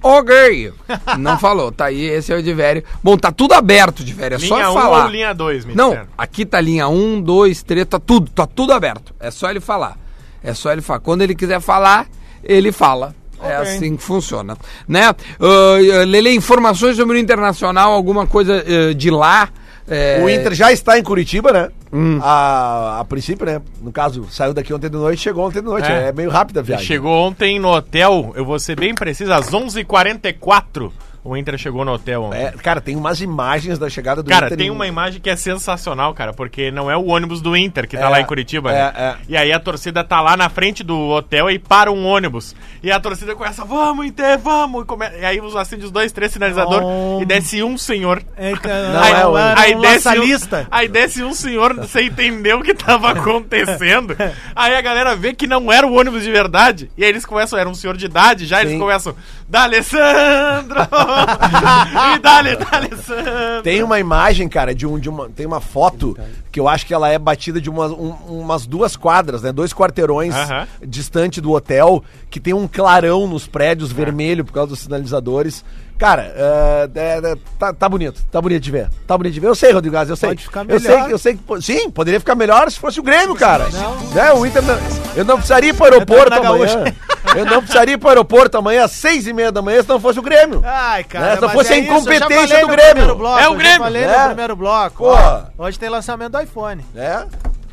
Speaker 1: Ok. Não falou, tá aí, esse é o de Vério. Bom, tá tudo aberto, de Vério, é só
Speaker 5: Linha 1
Speaker 1: falar.
Speaker 5: ou linha 2, me
Speaker 1: Não,
Speaker 5: disseram.
Speaker 1: aqui tá linha 1, 2, 3, tá tudo, tá tudo aberto. É só ele falar. É só ele falar. Quando ele quiser falar, ele fala. É assim que funciona, né? Uh, Lele, informações sobre o Internacional, alguma coisa ah, de lá? É,
Speaker 3: O Inter já está em Curitiba, né?
Speaker 5: Hum.
Speaker 3: A, a princípio, né? No caso, saiu daqui ontem de noite, chegou ontem de noite. É,
Speaker 5: É.
Speaker 3: meio rápida a
Speaker 5: Ele
Speaker 3: viagem.
Speaker 5: Chegou ontem no hotel, eu vou ser bem preciso, às 11h44 o Inter chegou no hotel ontem.
Speaker 3: É, cara, tem umas imagens da chegada do
Speaker 5: Cara,
Speaker 3: Inter.
Speaker 5: tem
Speaker 3: em-
Speaker 5: uma imagem que é sensacional, cara, porque não é o ônibus do Inter que tá
Speaker 3: É,
Speaker 5: lá em Curitiba, né?
Speaker 3: é, é.
Speaker 5: E aí a torcida tá lá na frente do hotel e para um ônibus. E a torcida começa, vamos Inter, vamos! E, come... e aí os acende os dois, três sinalizador
Speaker 4: Não.
Speaker 5: e desce um senhor.
Speaker 4: Não,
Speaker 3: é o-
Speaker 4: era
Speaker 5: aí,
Speaker 4: um
Speaker 5: desce um,
Speaker 4: laçalista.
Speaker 5: aí desce um senhor sem entender o que tava acontecendo. Aí a galera vê que não era o ônibus de verdade. E aí eles começam, era um senhor de idade, já
Speaker 3: Sim.
Speaker 5: eles começam, dá Alessandro! *laughs* e dá-lhe, dá Alessandro!
Speaker 3: Tem uma imagem, cara, de, um, de uma. Tem uma foto que eu acho que ela é batida de umas, um- umas duas quadras, né? Dois quarteirões
Speaker 5: Aham.
Speaker 3: distante do hotel, que tem um clarão nos
Speaker 4: Ah.
Speaker 3: prédios vermelho por causa dos sinalizadores. Cara, é, é, é, tá, tá bonito, tá bonito de ver. Tá bonito de ver. Eu sei, Rodrigo Gás, eu sei.
Speaker 4: Pode ficar
Speaker 3: eu sei,
Speaker 4: melhor.
Speaker 3: que- eu sei que. po- Sim, poderia ficar melhor se fosse o Grêmio, cara. Né? O Inter. não- eu não precisaria ir pro aeroporto
Speaker 4: na
Speaker 3: amanhã.
Speaker 4: Gaúcha.
Speaker 3: Eu não precisaria ir pro aeroporto amanhã às seis e meia da manhã se não fosse o Grêmio.
Speaker 4: Ai, cara.
Speaker 3: Né? Se não
Speaker 4: mas é
Speaker 3: fosse a
Speaker 4: isso, eu já
Speaker 3: incompetência do
Speaker 4: falei no
Speaker 3: Grêmio.
Speaker 4: primeiro bloco,
Speaker 5: É o
Speaker 4: eu já
Speaker 5: Grêmio.
Speaker 4: falei
Speaker 3: É.
Speaker 4: no primeiro bloco.
Speaker 3: Pô.
Speaker 4: Hoje tem lançamento do iPhone.
Speaker 3: É?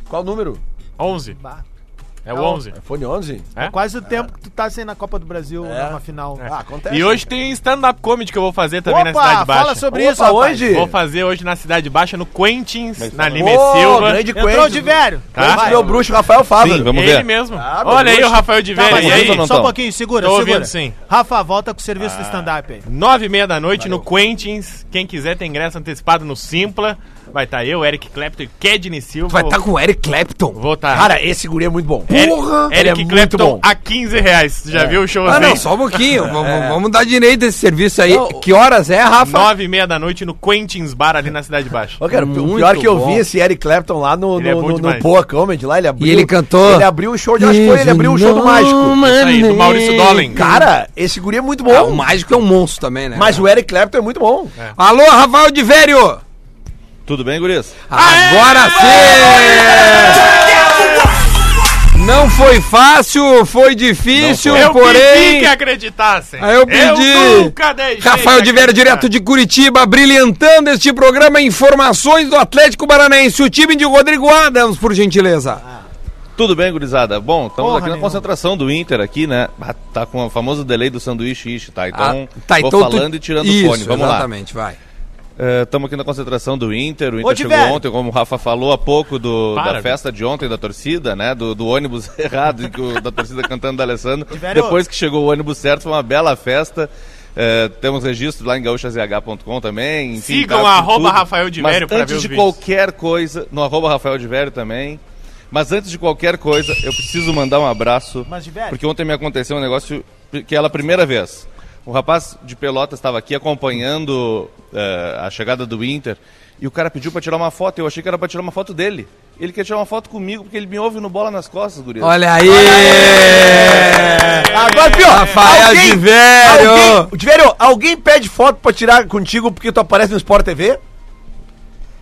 Speaker 3: Qual o número?
Speaker 5: 11.
Speaker 4: Bah.
Speaker 5: É o 11.
Speaker 3: iPhone 11?
Speaker 4: É quase o tempo que tu tá sem na Copa do Brasil,
Speaker 3: É.
Speaker 4: numa final.
Speaker 3: Ah, acontece.
Speaker 5: E hoje é tem stand-up comedy que eu vou fazer também na Cidade Baixa.
Speaker 4: fala sobre
Speaker 3: Opa,
Speaker 4: isso, rapaz.
Speaker 3: hoje?
Speaker 5: Vou fazer hoje na Cidade Baixa, no Quentins, na Lime
Speaker 3: Ô,
Speaker 5: Silva.
Speaker 3: grande
Speaker 4: Entrou
Speaker 3: Quentin.
Speaker 4: de velho.
Speaker 5: Tá?
Speaker 3: Grande meu bruxo, Rafael Fábio.
Speaker 7: Sim, vamos
Speaker 5: Ele
Speaker 7: ver.
Speaker 5: mesmo.
Speaker 3: Ah, meu
Speaker 5: Olha aí
Speaker 3: Deus.
Speaker 5: o Rafael de
Speaker 4: Tá,
Speaker 5: Velho.
Speaker 4: mas
Speaker 5: E
Speaker 7: ouvindo ou
Speaker 5: aí?
Speaker 7: não
Speaker 4: só um
Speaker 7: tão?
Speaker 4: pouquinho, segura,
Speaker 5: Tô
Speaker 4: segura.
Speaker 5: ouvindo, sim. Ah.
Speaker 4: Rafa, volta com o serviço do stand-up aí.
Speaker 5: Nove e meia da noite no Quentins. Quem quiser tem ingresso antecipado no Simpla. Vai estar eu, Eric Clapton e Kedney Silva.
Speaker 1: Vai tá estar com o Eric Clapton.
Speaker 5: Vou estar.
Speaker 3: Cara, esse guri é muito bom.
Speaker 5: Porra!
Speaker 3: Ele é
Speaker 5: Eric
Speaker 3: muito
Speaker 5: Clapton
Speaker 3: bom.
Speaker 5: a 15 reais. Já viu o show
Speaker 1: Ah,
Speaker 5: assim?
Speaker 1: não, só um
Speaker 3: *laughs*
Speaker 1: pouquinho.
Speaker 3: É.
Speaker 1: Vamos- Vamos dar direito esse serviço aí. Que horas é, Rafa?
Speaker 5: Nove e meia da noite no Quentins Bar ali na Cidade Baixa.
Speaker 3: Ô, cara, o
Speaker 1: Muito
Speaker 3: pior que eu
Speaker 1: bom.
Speaker 3: vi esse Eric Clapton lá no,
Speaker 5: Ele é
Speaker 3: no,
Speaker 5: bom
Speaker 3: no- no
Speaker 5: demais.
Speaker 3: Boa Comedy, lá ele abriu.
Speaker 1: E ele cantou? é
Speaker 3: Ele abriu o show de. Acho que foi, ele abriu o show do Mágico.
Speaker 5: Isso aí, do Maurício Dollen.
Speaker 3: Cara, esse guri é muito
Speaker 1: Ah,
Speaker 3: bom.
Speaker 1: o Mágico é um monstro também, né?
Speaker 3: Mas o Eric Clapton é muito bom.
Speaker 1: Alô, Rafael de Vério!
Speaker 7: Tudo bem, gurias?
Speaker 1: Agora sim! Não foi fácil, foi difícil,
Speaker 5: Eu pedi
Speaker 1: porém.
Speaker 5: que acreditassem.
Speaker 1: Ah, eu pedi.
Speaker 5: nunca deixei.
Speaker 1: Rafael
Speaker 5: de
Speaker 1: de Vera,
Speaker 5: acreditar.
Speaker 1: direto de Curitiba, brilhantando este programa Informações do Atlético Paranense. O time de Rodrigo Adams, por gentileza.
Speaker 7: Ah, Tudo bem, gurizada? Bom, estamos
Speaker 4: Porra
Speaker 7: aqui na
Speaker 4: nenhuma.
Speaker 7: concentração do Inter aqui, né? Ah, Tá com o famoso delay do sanduíche, ish, tá? Então,
Speaker 1: Ah, tá,
Speaker 7: vou
Speaker 1: então tu-
Speaker 7: falando e tirando
Speaker 1: Isso,
Speaker 7: o fone. Vamos lá.
Speaker 1: exatamente, vai.
Speaker 7: Estamos Eh, aqui na concentração do Inter. O Inter
Speaker 4: Ô,
Speaker 7: chegou
Speaker 4: Diverio.
Speaker 7: ontem, como o Rafa falou há pouco, do-
Speaker 5: Para,
Speaker 7: da festa de ontem da torcida, né? Do, do ônibus *laughs* errado, e que o- da torcida cantando da Alessandro.
Speaker 4: Diverio.
Speaker 7: Depois que chegou o ônibus certo, foi uma bela festa. É, temos registro lá em gaúchazh.com também. enfim, tá
Speaker 5: Sigam
Speaker 7: com
Speaker 5: arroba
Speaker 7: tudo.
Speaker 5: Rafael Diverio
Speaker 7: Mas
Speaker 5: pra ver
Speaker 7: antes
Speaker 5: os
Speaker 7: de
Speaker 5: vídeos.
Speaker 7: qualquer coisa, no arroba Rafael de Vério também. Mas antes de qualquer coisa, eu preciso mandar um abraço.
Speaker 4: Mas, Diverio.
Speaker 7: Porque ontem me aconteceu um negócio que ela primeira vez. Um rapaz de Pelotas estava aqui acompanhando eh, a chegada do Inter e o cara pediu para tirar uma foto. Eu achei que era para tirar uma foto dele. Ele quer tirar uma foto comigo porque ele me ouve no bola nas costas, guri.
Speaker 1: Olha aí!
Speaker 3: É. Agora pior.
Speaker 1: Rafael
Speaker 3: alguém-
Speaker 1: de Vério.
Speaker 3: Alguém, Diverio, alguém pede foto pra tirar contigo porque tu aparece no Sport TV?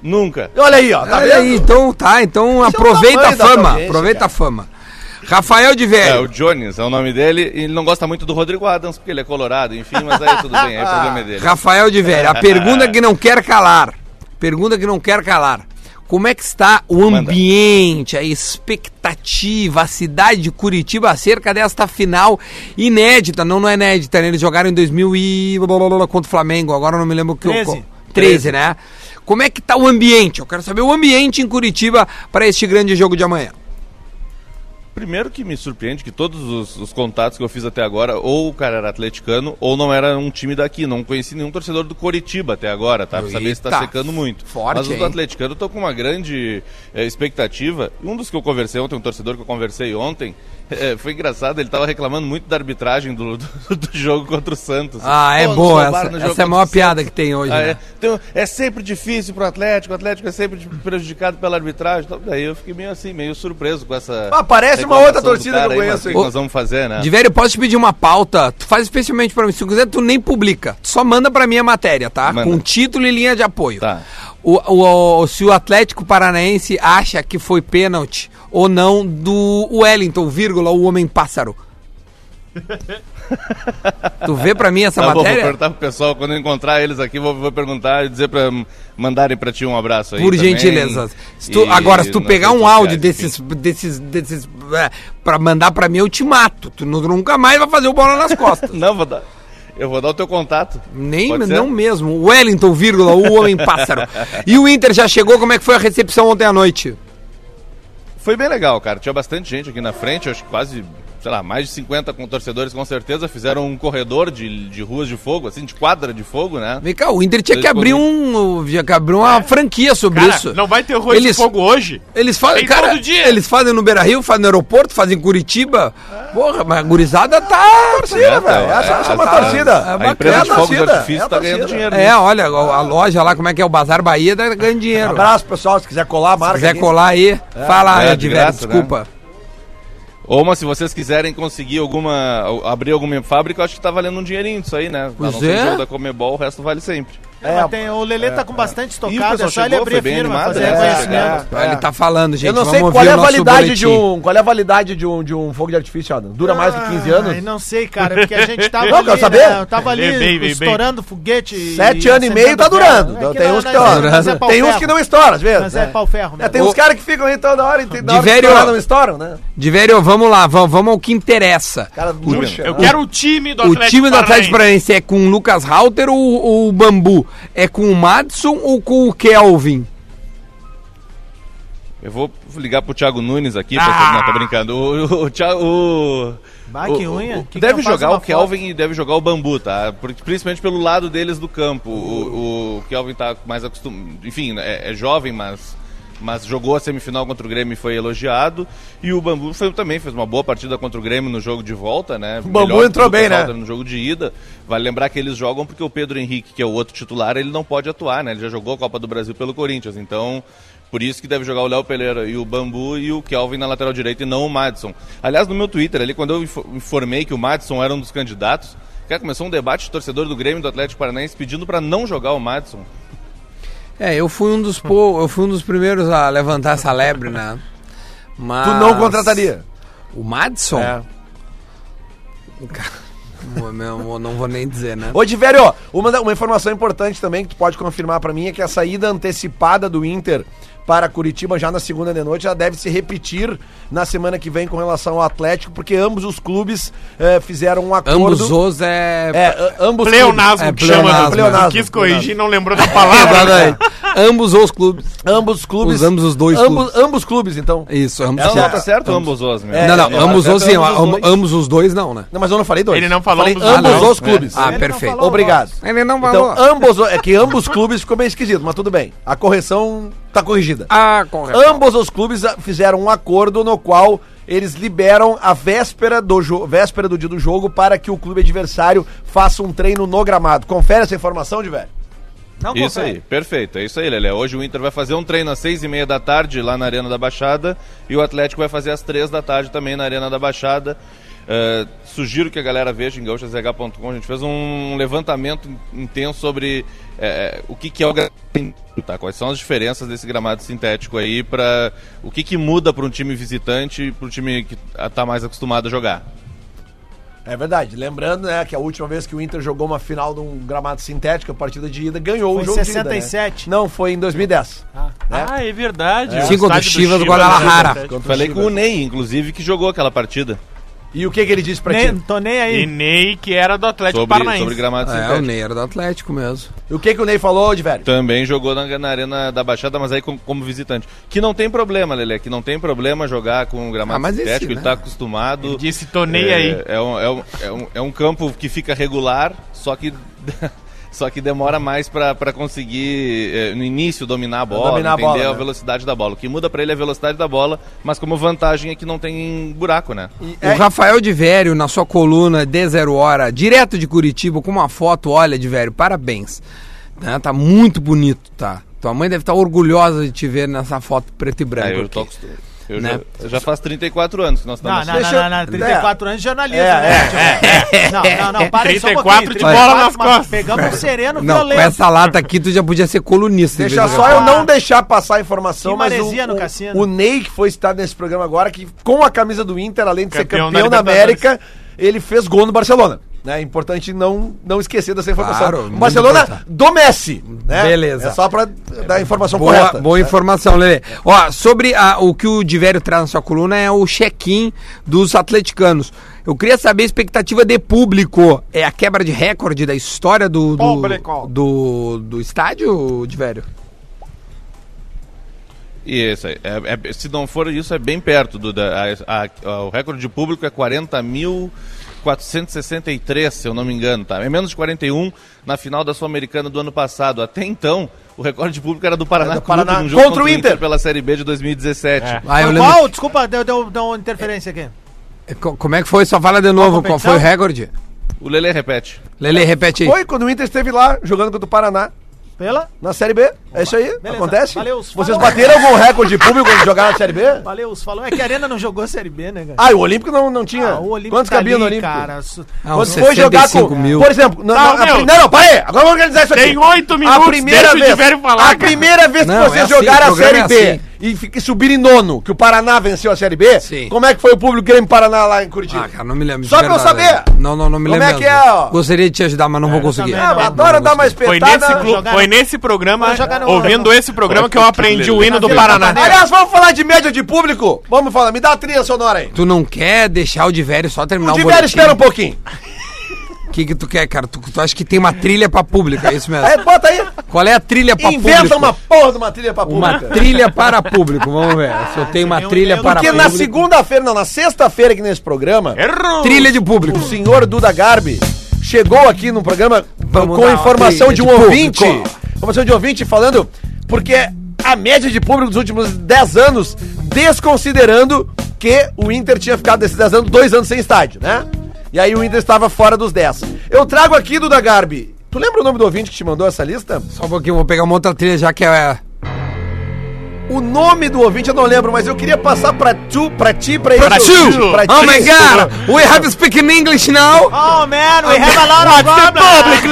Speaker 7: Nunca.
Speaker 3: Olha aí, ó. Tá
Speaker 1: Olha aí,
Speaker 3: vendo?
Speaker 1: então tá,
Speaker 7: é
Speaker 1: então
Speaker 7: um
Speaker 1: aproveita a
Speaker 3: tamanho da tua
Speaker 1: fama,
Speaker 3: audiência,
Speaker 1: aproveita
Speaker 3: cara.
Speaker 1: a fama. Rafael de
Speaker 7: É,
Speaker 1: Velho.
Speaker 7: o Jones é o nome dele e ele não gosta muito do Rodrigo Adams porque ele é colorado, enfim, mas aí tudo bem, aí o problema é dele.
Speaker 1: Rafael de Velho, a pergunta que não quer calar. Pergunta que não quer calar. Como é que está o
Speaker 7: Manda.
Speaker 1: ambiente, a expectativa, a cidade de Curitiba acerca desta final inédita? Não, não é inédita, né? Eles jogaram em 2000 e... blá, blá, blá, blá, contra o Flamengo, agora eu não me lembro o que...
Speaker 4: 13.
Speaker 1: Eu... 13, né? Como é que tá o ambiente? Eu quero saber o ambiente em Curitiba para este grande jogo de amanhã.
Speaker 7: Primeiro que me surpreende que todos os, os contatos que eu fiz até agora, ou o cara era atleticano, ou não era um time daqui. Não conheci nenhum torcedor do Coritiba até agora, tá? Pra saber se tá
Speaker 1: Eita,
Speaker 7: secando muito.
Speaker 1: forte,
Speaker 7: Mas os do
Speaker 1: hein?
Speaker 7: atleticano estão com uma grande eh, expectativa. Um dos que eu conversei ontem, um torcedor que eu conversei ontem, *laughs* eh, foi engraçado, ele tava reclamando muito da arbitragem do, do- *laughs* do jogo contra o Santos.
Speaker 1: Ah, é
Speaker 7: Pô, nos
Speaker 1: boa.
Speaker 7: roubaram
Speaker 1: Essa,
Speaker 7: no jogo
Speaker 1: essa é a
Speaker 7: contra
Speaker 1: maior
Speaker 7: o Santos.
Speaker 1: piada que tem hoje,
Speaker 7: Ah,
Speaker 1: né?
Speaker 7: é. Então, é sempre difícil pro Atlético, o Atlético é sempre de- prejudicado pela arbitragem. Então, daí eu fiquei meio assim, meio surpreso com essa.
Speaker 3: Ah, parece uma
Speaker 7: reclamação
Speaker 3: outra
Speaker 7: do
Speaker 3: torcida
Speaker 7: cara
Speaker 3: que eu
Speaker 7: aí, mas
Speaker 3: conheço,
Speaker 7: o
Speaker 3: hein?
Speaker 7: que nós vamos fazer, né?
Speaker 1: É. De velho, eu posso te pedir uma pauta? Tu faz especialmente pra mim. Se tu quiser, tu nem publica. Tu só manda pra mim a matéria, tá?
Speaker 7: Manda.
Speaker 1: Com título e linha de apoio.
Speaker 7: Tá.
Speaker 1: O, o- o- se o Atlético Paranaense acha que foi pênalti ou não do Wellington, vírgula, o homem
Speaker 7: *laughs*
Speaker 1: pássaro. tu vê pra mim essa
Speaker 7: Tá bom, vou
Speaker 1: matéria?
Speaker 7: perguntar pro pessoal, quando eu encontrar eles aqui, vou, vou perguntar e dizer pra mandarem pra ti um abraço aí.
Speaker 1: Por
Speaker 7: também.
Speaker 1: gentileza. Se tu-
Speaker 7: E
Speaker 1: agora, se tu
Speaker 7: nas
Speaker 1: pegar
Speaker 7: redes
Speaker 1: um áudio
Speaker 7: sociais,
Speaker 1: desses,
Speaker 7: enfim.
Speaker 1: desses, desses, é, pra mandar pra mim, eu te mato. Tu nu- nunca mais vai fazer o bola nas costas.
Speaker 7: Não, vou dar. Eu vou dar o teu contato.
Speaker 1: Nem,
Speaker 7: Pode ser?
Speaker 1: não mesmo. Wellington, vírgula, o homem pássaro. E o Inter já chegou, como é que foi a recepção ontem à noite?
Speaker 7: Foi bem legal, cara. Tinha bastante gente aqui na frente, acho que quase, sei lá, mais de 50 com torcedores com certeza. Fizeram um corredor de, de ruas de fogo, assim, de quadra de fogo, né?
Speaker 1: Vem cá, o Inter tinha que abrir um. Tinha que abrir uma franquia sobre
Speaker 5: Cara,
Speaker 1: isso.
Speaker 5: não vai ter rua de
Speaker 1: Eles-
Speaker 5: fogo hoje.
Speaker 1: Eles fazem.
Speaker 5: Tem
Speaker 1: Cara,
Speaker 5: todo dia.
Speaker 1: Eles fazem no Beira Rio, fazem no aeroporto, fazem em Curitiba. Porra, mas a gurizada tá.
Speaker 3: Torcida, velho. Essa essa é uma torcida.
Speaker 7: A empresa de
Speaker 3: É a
Speaker 7: fogos
Speaker 3: torcida, é
Speaker 7: artifícios
Speaker 3: a
Speaker 7: tá ganhando
Speaker 3: torcida.
Speaker 7: dinheiro.
Speaker 1: É, olha, a a loja lá, como é que é? O Bazar Bahia tá ganhando dinheiro.
Speaker 3: Abraço, pessoal. Se quiser colar,
Speaker 1: Se
Speaker 3: marca.
Speaker 1: quiser
Speaker 3: aqui.
Speaker 1: colar aí, fala,
Speaker 7: É,
Speaker 1: é,
Speaker 7: de graça, né?
Speaker 1: desculpa.
Speaker 7: Ou, mas se vocês quiserem conseguir alguma. abrir alguma fábrica, eu acho que tá valendo um dinheirinho disso aí, né? A
Speaker 1: Pois
Speaker 7: não ser
Speaker 1: é.
Speaker 7: o jogo da Comebol, o resto vale sempre.
Speaker 4: É, mas tem- o Lele tá com bastante
Speaker 7: Ih, o
Speaker 4: estocada, é
Speaker 7: pessoal
Speaker 4: só ele
Speaker 7: chegou,
Speaker 4: abrir
Speaker 7: foi
Speaker 4: a
Speaker 7: bem
Speaker 4: firma,
Speaker 7: animado,
Speaker 4: fazer
Speaker 3: É,
Speaker 7: né?
Speaker 4: reconhecimento.
Speaker 1: Ah, Ele tá falando, gente.
Speaker 3: Eu não
Speaker 1: vamos
Speaker 3: sei
Speaker 1: ouvir
Speaker 3: qual
Speaker 1: o
Speaker 3: é a
Speaker 1: nosso
Speaker 3: validade de
Speaker 1: boletim.
Speaker 3: um, qual é a validade de um, de um fogo de artifício, Adam? Dura mais do que 15
Speaker 4: Ah, Ai,
Speaker 3: anos?
Speaker 4: não sei, cara, porque a gente tava
Speaker 3: Não,
Speaker 4: ali,
Speaker 3: quero saber.
Speaker 4: né, eu tava ali
Speaker 5: Bem, bem, bem,
Speaker 4: estourando foguete. e-
Speaker 3: Sete anos e meio tá
Speaker 4: acendendo ferro.
Speaker 3: durando.
Speaker 4: É
Speaker 3: Então
Speaker 4: que
Speaker 3: tem
Speaker 4: não-
Speaker 3: uns que
Speaker 4: não-
Speaker 3: estouram.
Speaker 4: mas é pau
Speaker 3: Tem uns
Speaker 4: ferro.
Speaker 3: que não estouram, às
Speaker 4: Mas
Speaker 3: vezes.
Speaker 4: é
Speaker 3: né?
Speaker 4: pau ferro,
Speaker 3: É,
Speaker 4: mesmo.
Speaker 3: tem uns caras que ficam aí toda hora e tem da
Speaker 1: De
Speaker 3: hora que
Speaker 1: velho-
Speaker 3: estourar, não estouram, né?
Speaker 1: Diverio, vamos lá, vamos, vamos ao que interessa.
Speaker 3: Cara, murcha,
Speaker 5: Eu
Speaker 3: né?
Speaker 5: quero o time do
Speaker 1: é O
Speaker 5: Atlético
Speaker 1: time do Atlético
Speaker 5: Paranaense.
Speaker 1: Paranaense é com o Lucas Halter ou, ou o Bambu? É com o Madison ou com o Kelvin?
Speaker 7: Eu vou ligar pro Thiago Nunes aqui,
Speaker 5: Ah!
Speaker 7: pessoal. Não, tô brincando. O, o, o Thiago. o-
Speaker 4: Bah,
Speaker 7: o-
Speaker 4: que
Speaker 7: o-
Speaker 4: unha.
Speaker 7: o-
Speaker 4: Que que
Speaker 7: deve
Speaker 4: eu faço
Speaker 7: jogar
Speaker 4: uma
Speaker 7: o Kelvin e deve jogar o Bambu, tá? Por- Principalmente pelo lado deles do campo. O, o- o Kelvin tá mais acostumado. Enfim, é, é jovem, mas. Mas jogou a semifinal contra o Grêmio e foi elogiado. E o Bambu foi- também fez uma boa partida contra o Grêmio no jogo de volta, né? O
Speaker 3: Bambu entrou bem, né?
Speaker 7: no jogo de ida. Vale lembrar que eles jogam porque o Pedro Henrique, que é o outro titular, ele não pode atuar, né? Ele já jogou a Copa do Brasil pelo Corinthians, então por isso que deve jogar o Léo Pereira e o Bambu e o Kelvin na lateral direita e não o Madison. Aliás, no meu Twitter ali, quando eu info- informei que o Madison era um dos candidatos, cara, começou um debate de torcedor do Grêmio e do Atlético Paranaense pedindo pra não jogar o Madison.
Speaker 1: É, eu fui um dos pou... eu fui um dos primeiros a levantar essa lebre, né? Mas...
Speaker 3: Tu não contrataria.
Speaker 1: O Madison?
Speaker 3: É.
Speaker 1: Cara, vou- não, não vou nem dizer, né?
Speaker 3: Ô, Diverio, uma, da- uma informação importante também que tu pode confirmar pra mim é que a saída antecipada do Inter para Curitiba já na segunda de noite já deve se repetir na semana que vem com relação ao Atlético, porque ambos os clubes eh, fizeram um acordo.
Speaker 1: Ambos os é...
Speaker 3: É, a- ambos
Speaker 5: Pleonasmo
Speaker 1: É,
Speaker 5: que chama. né? Pleonasmo.
Speaker 1: pleonasmo.
Speaker 3: Pleonasmo.
Speaker 5: Quis corrigir e não lembrou da palavra.
Speaker 1: Exatamente. *laughs* ambos os É, clubes. É
Speaker 3: Ambos os clubes.
Speaker 1: Usamos os dois
Speaker 3: ambos, ambos clubes, então.
Speaker 1: Isso, ambos
Speaker 7: Ela
Speaker 1: os
Speaker 7: não
Speaker 1: clubes.
Speaker 7: tá certo, ambos os, né?
Speaker 3: É,
Speaker 1: não, não,
Speaker 3: é,
Speaker 1: ambos
Speaker 3: é,
Speaker 1: os sim,
Speaker 3: ambos os
Speaker 1: am-
Speaker 3: dois.
Speaker 1: ambos os dois não, né?
Speaker 3: Não, mas eu não falei dois.
Speaker 5: Ele não falou
Speaker 3: falei
Speaker 5: ambos os
Speaker 3: ambos
Speaker 1: dois.
Speaker 3: os clubes.
Speaker 1: Ah,
Speaker 4: não
Speaker 1: perfeito.
Speaker 4: falou.
Speaker 3: Obrigado.
Speaker 1: Ele não
Speaker 3: Então, ambos. É que ambos clubes ficou meio esquisito, mas tudo bem. A correção tá corrigida.
Speaker 1: Ah, correto.
Speaker 3: Ambos os clubes ah, fizeram um acordo no qual eles liberam a véspera do, jo- véspera do dia do jogo para que o clube adversário faça um treino no gramado. Confere essa informação, de velho.
Speaker 4: Não
Speaker 7: Isso
Speaker 4: confere.
Speaker 7: aí, perfeito. É isso aí, Lelé. Hoje o Inter vai fazer um treino às seis e meia da tarde lá na Arena da Baixada e o Atlético vai fazer às três da tarde também na Arena da Baixada. Eh, sugiro que a galera veja em gaúchazh.com. A gente fez um levantamento in- intenso sobre eh, o que, que é o gramado, sintético, tá? quais são as diferenças desse gramado sintético aí para o que, que muda para um time visitante e para o time que está mais acostumado a jogar.
Speaker 3: É verdade. Lembrando, né, que a última vez que o Inter jogou uma final num gramado sintético, a partida de ida, ganhou o
Speaker 4: Foi em
Speaker 3: jogo de ida, né?
Speaker 4: 67.
Speaker 3: Não, foi em 2010.
Speaker 5: Ah, é verdade.
Speaker 1: Sim, contra o Chivas do Guadalajara.
Speaker 3: Contra o
Speaker 7: Falei com
Speaker 3: Chivas.
Speaker 7: o Ney, inclusive, que jogou aquela partida
Speaker 3: E o que, que ele disse pra
Speaker 4: Nem,
Speaker 3: ti?
Speaker 4: tô nem aí.
Speaker 5: E Ney, é que era do Atlético
Speaker 7: sobre,
Speaker 5: Paranaense.
Speaker 7: sobre gramado
Speaker 1: É,
Speaker 7: sintético.
Speaker 1: o Ney era do Atlético mesmo.
Speaker 3: O que, que o Ney falou, de velho?
Speaker 7: Também jogou na, na Arena da Baixada, mas aí com- como visitante. Que não tem problema, Lelê, que não tem problema jogar com o gramado
Speaker 1: Ah, mas esse,
Speaker 7: sintético, ele
Speaker 1: né?
Speaker 7: tá acostumado.
Speaker 5: Ele disse, "Tornei
Speaker 7: é,
Speaker 5: aí."
Speaker 7: É um, é, um, é, um, é um campo que fica regular, só que... *laughs* Só que demora mais pra pra conseguir, eh, no início, dominar a bola,
Speaker 3: Dominar a
Speaker 7: entender a,
Speaker 3: bola, né?
Speaker 7: velocidade da bola. O que muda pra ele é a velocidade da bola, mas como vantagem é que não tem buraco, né?
Speaker 3: é-
Speaker 1: O Rafael de Vério, na sua coluna de Zero Hora, direto de Curitiba, com uma foto, olha, de Vério, parabéns. Né, Tá muito bonito, tá? Tua mãe deve estar orgulhosa de te ver nessa foto preto e branco.
Speaker 7: É, eu
Speaker 1: aqui.
Speaker 7: tô acostumado. Eu
Speaker 1: Né?
Speaker 7: já, já faz 34 anos que nós
Speaker 4: Não,
Speaker 7: estamos
Speaker 4: não,
Speaker 3: deixa
Speaker 4: não,
Speaker 3: eu-
Speaker 4: não, não, 34 anos de jornalismo,
Speaker 3: É,
Speaker 4: né? É, Não, não, não, para aí só um
Speaker 5: 34
Speaker 4: pouquinho.
Speaker 5: de bola nas
Speaker 4: 34, mas
Speaker 5: costas.
Speaker 4: Pegamos um sereno
Speaker 1: Não, com
Speaker 4: violento.
Speaker 1: essa lata aqui tu já podia ser colunista. em
Speaker 3: Deixa
Speaker 1: vez de
Speaker 3: só
Speaker 1: jogar.
Speaker 3: eu não deixar passar a informação,
Speaker 4: Que
Speaker 3: mas o,
Speaker 4: maresia no
Speaker 3: o-
Speaker 4: cassino.
Speaker 3: o Ney, que foi citado nesse programa agora, que com a camisa do Inter, além de
Speaker 5: Campeão
Speaker 3: ser
Speaker 5: da
Speaker 3: campeão da, América, ele fez gol no Barcelona. né? É importante não, não esquecer dessa informação.
Speaker 1: Claro,
Speaker 3: O
Speaker 1: muito
Speaker 3: Barcelona
Speaker 1: importante.
Speaker 3: do Messi. né?
Speaker 1: Beleza.
Speaker 3: É só pra dar a informação
Speaker 1: Boa,
Speaker 3: correta.
Speaker 1: boa informação, Lelê. Ó, sobre a- o que o Divério traz na sua coluna é o check-in dos atleticanos. Eu queria saber a expectativa de público. É a quebra de recorde da história do, do,
Speaker 5: Público.
Speaker 1: do, do estádio, Divério?
Speaker 7: E isso aí. É- é- se não for isso, é bem perto. Do, da- a- a- o recorde de público é 40.463, se eu não me engano. Tá? É menos de 41 na final da Sul-Americana do ano passado. Até então, o recorde de público era do Paraná,
Speaker 3: Era do
Speaker 7: Clube,
Speaker 3: Paraná.
Speaker 7: num jogo
Speaker 3: Contra o Inter.
Speaker 7: pela Série B de 2017.
Speaker 5: É.
Speaker 1: Ah, eu
Speaker 4: Foi
Speaker 1: lembro.
Speaker 4: Qual? Desculpa, deu, deu, deu uma interferência aqui.
Speaker 1: Co- Como é que foi? Só fala de novo. Qual
Speaker 4: competição?
Speaker 1: foi o recorde?
Speaker 7: O Lele repete.
Speaker 1: Lele, repete aí.
Speaker 3: Foi quando o Inter esteve lá jogando contra o Paraná.
Speaker 4: Pela?
Speaker 3: Na Série B. É isso aí.
Speaker 4: Beleza.
Speaker 3: Acontece.
Speaker 4: Valeu, os
Speaker 3: Vocês
Speaker 4: falou.
Speaker 3: bateram algum recorde de público quando jogaram na Série B?
Speaker 4: Valeu, os falou. É que a Arena não jogou Série B, né, cara?
Speaker 3: Ah, e o Olímpico não, não tinha.
Speaker 4: Ah, o Olímpico
Speaker 3: Quantos
Speaker 4: tá
Speaker 3: cabiam no
Speaker 4: ali,
Speaker 3: Olímpico? Ah,
Speaker 4: Cara, su-
Speaker 3: Quando foi jogar com.
Speaker 1: mil.
Speaker 3: Por exemplo, na-
Speaker 5: Não,
Speaker 3: na- a
Speaker 5: meu.
Speaker 3: pri- não, não, para aí. Agora vamos organizar
Speaker 4: um
Speaker 3: isso aqui.
Speaker 5: Tem oito minutos,
Speaker 3: a primeira
Speaker 5: deixa o
Speaker 3: vez,
Speaker 5: Diverio falar,
Speaker 3: A
Speaker 5: cara.
Speaker 3: primeira vez que
Speaker 1: Não,
Speaker 3: vocês
Speaker 1: é assim,
Speaker 3: jogaram
Speaker 1: o
Speaker 3: a Série
Speaker 1: programa
Speaker 3: B
Speaker 1: é assim.
Speaker 3: e fi- e subir em nono, que o Paraná venceu a Série B,
Speaker 1: Sim.
Speaker 3: como é que foi o público Grêmio Paraná lá em Curitiba?
Speaker 1: Ah, cara, não me lembro. de
Speaker 3: Só pra eu
Speaker 1: verdade.
Speaker 3: saber.
Speaker 1: Não, não, não me
Speaker 3: Como
Speaker 1: lembro.
Speaker 3: é que é, ó? É,
Speaker 1: Gostaria de te ajudar, mas não vou conseguir.
Speaker 4: também não.
Speaker 1: Não,
Speaker 3: Ah, Adoro
Speaker 1: não
Speaker 3: dar
Speaker 1: vou
Speaker 3: uma
Speaker 5: Foi
Speaker 3: espetada.
Speaker 5: nesse, clu-
Speaker 4: jogar
Speaker 5: foi
Speaker 4: no-
Speaker 5: nesse programa,
Speaker 4: Vai jogar no-
Speaker 5: ouvindo esse programa, que eu aprendi o hino do Paraná.
Speaker 3: Aliás, vamos falar de média de público? Vamos falar, me dá a trilha sonora aí.
Speaker 1: Tu não quer deixar o Diverio só terminar o, o
Speaker 3: Diverio, espera um
Speaker 1: *laughs*
Speaker 3: pouquinho.
Speaker 1: O que, que tu quer, cara? Tu, tu acha que tem uma trilha pra público, é isso mesmo?
Speaker 3: É, bota aí.
Speaker 1: Qual é a trilha pra
Speaker 3: Inventa
Speaker 1: público?
Speaker 3: uma porra de uma trilha pra
Speaker 1: Uma
Speaker 3: público.
Speaker 1: trilha para público, vamos ver. Se eu tenho uma
Speaker 4: eu-
Speaker 1: trilha
Speaker 4: eu-
Speaker 1: para
Speaker 3: Porque na
Speaker 1: público.
Speaker 3: segunda-feira, não, na sexta-feira aqui nesse programa,
Speaker 5: Errou!
Speaker 1: Trilha de público.
Speaker 3: o senhor Duda Garbi chegou aqui no programa
Speaker 1: Vamos
Speaker 3: com
Speaker 1: dar uma
Speaker 3: informação
Speaker 1: trilha de
Speaker 3: de um
Speaker 1: público.
Speaker 3: ouvinte. Informação de um ouvinte falando porque é a média de público dos últimos 10 anos, desconsiderando que o Inter tinha ficado desses 10 anos, dois anos sem estádio, né? E aí o Inter estava fora dos 10. Eu trago aqui, Duda Garbi. Tu lembra o nome do ouvinte que te mandou essa lista?
Speaker 1: Só um pouquinho, vou pegar uma outra trilha já que é.
Speaker 3: O nome do ouvinte eu não lembro, mas eu queria passar pra tu, pra ti, pra ele.
Speaker 1: Pra
Speaker 3: pra
Speaker 1: tu!
Speaker 3: ti, pra ti.
Speaker 1: Oh my god! We have speaking English now!
Speaker 4: Oh, man, we have a lot of problems.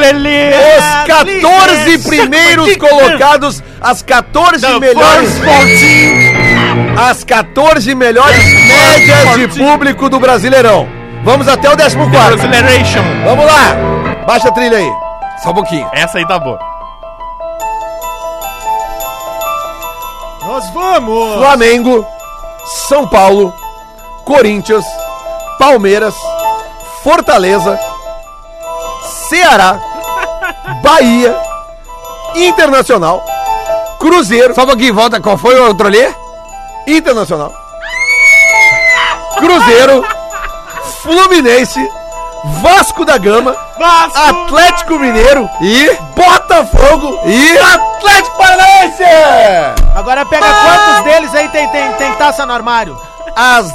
Speaker 3: Os 14
Speaker 5: *laughs*
Speaker 3: primeiros colocados, as 14 melhores. As 14 melhores médias de público do Brasileirão. Vamos até o 14.
Speaker 5: Acceleration.
Speaker 3: Vamos lá! Baixa a trilha aí.
Speaker 1: Só um pouquinho.
Speaker 5: Essa aí tá boa.
Speaker 4: Nós vamos.
Speaker 3: Flamengo, São Paulo, Corinthians, Palmeiras, Fortaleza,
Speaker 1: *laughs*
Speaker 3: Ceará, Bahia, Internacional, Cruzeiro,
Speaker 1: Só um pouquinho, volta. Qual foi o outro ali?
Speaker 3: Internacional, Cruzeiro, Fluminense, Vasco da Gama,
Speaker 5: Vasco!
Speaker 3: Ah. Atlético Mineiro e Botafogo e Atlético Paranaense!
Speaker 4: Agora pega quantos deles aí tem, tem, tem taça no armário?
Speaker 3: Às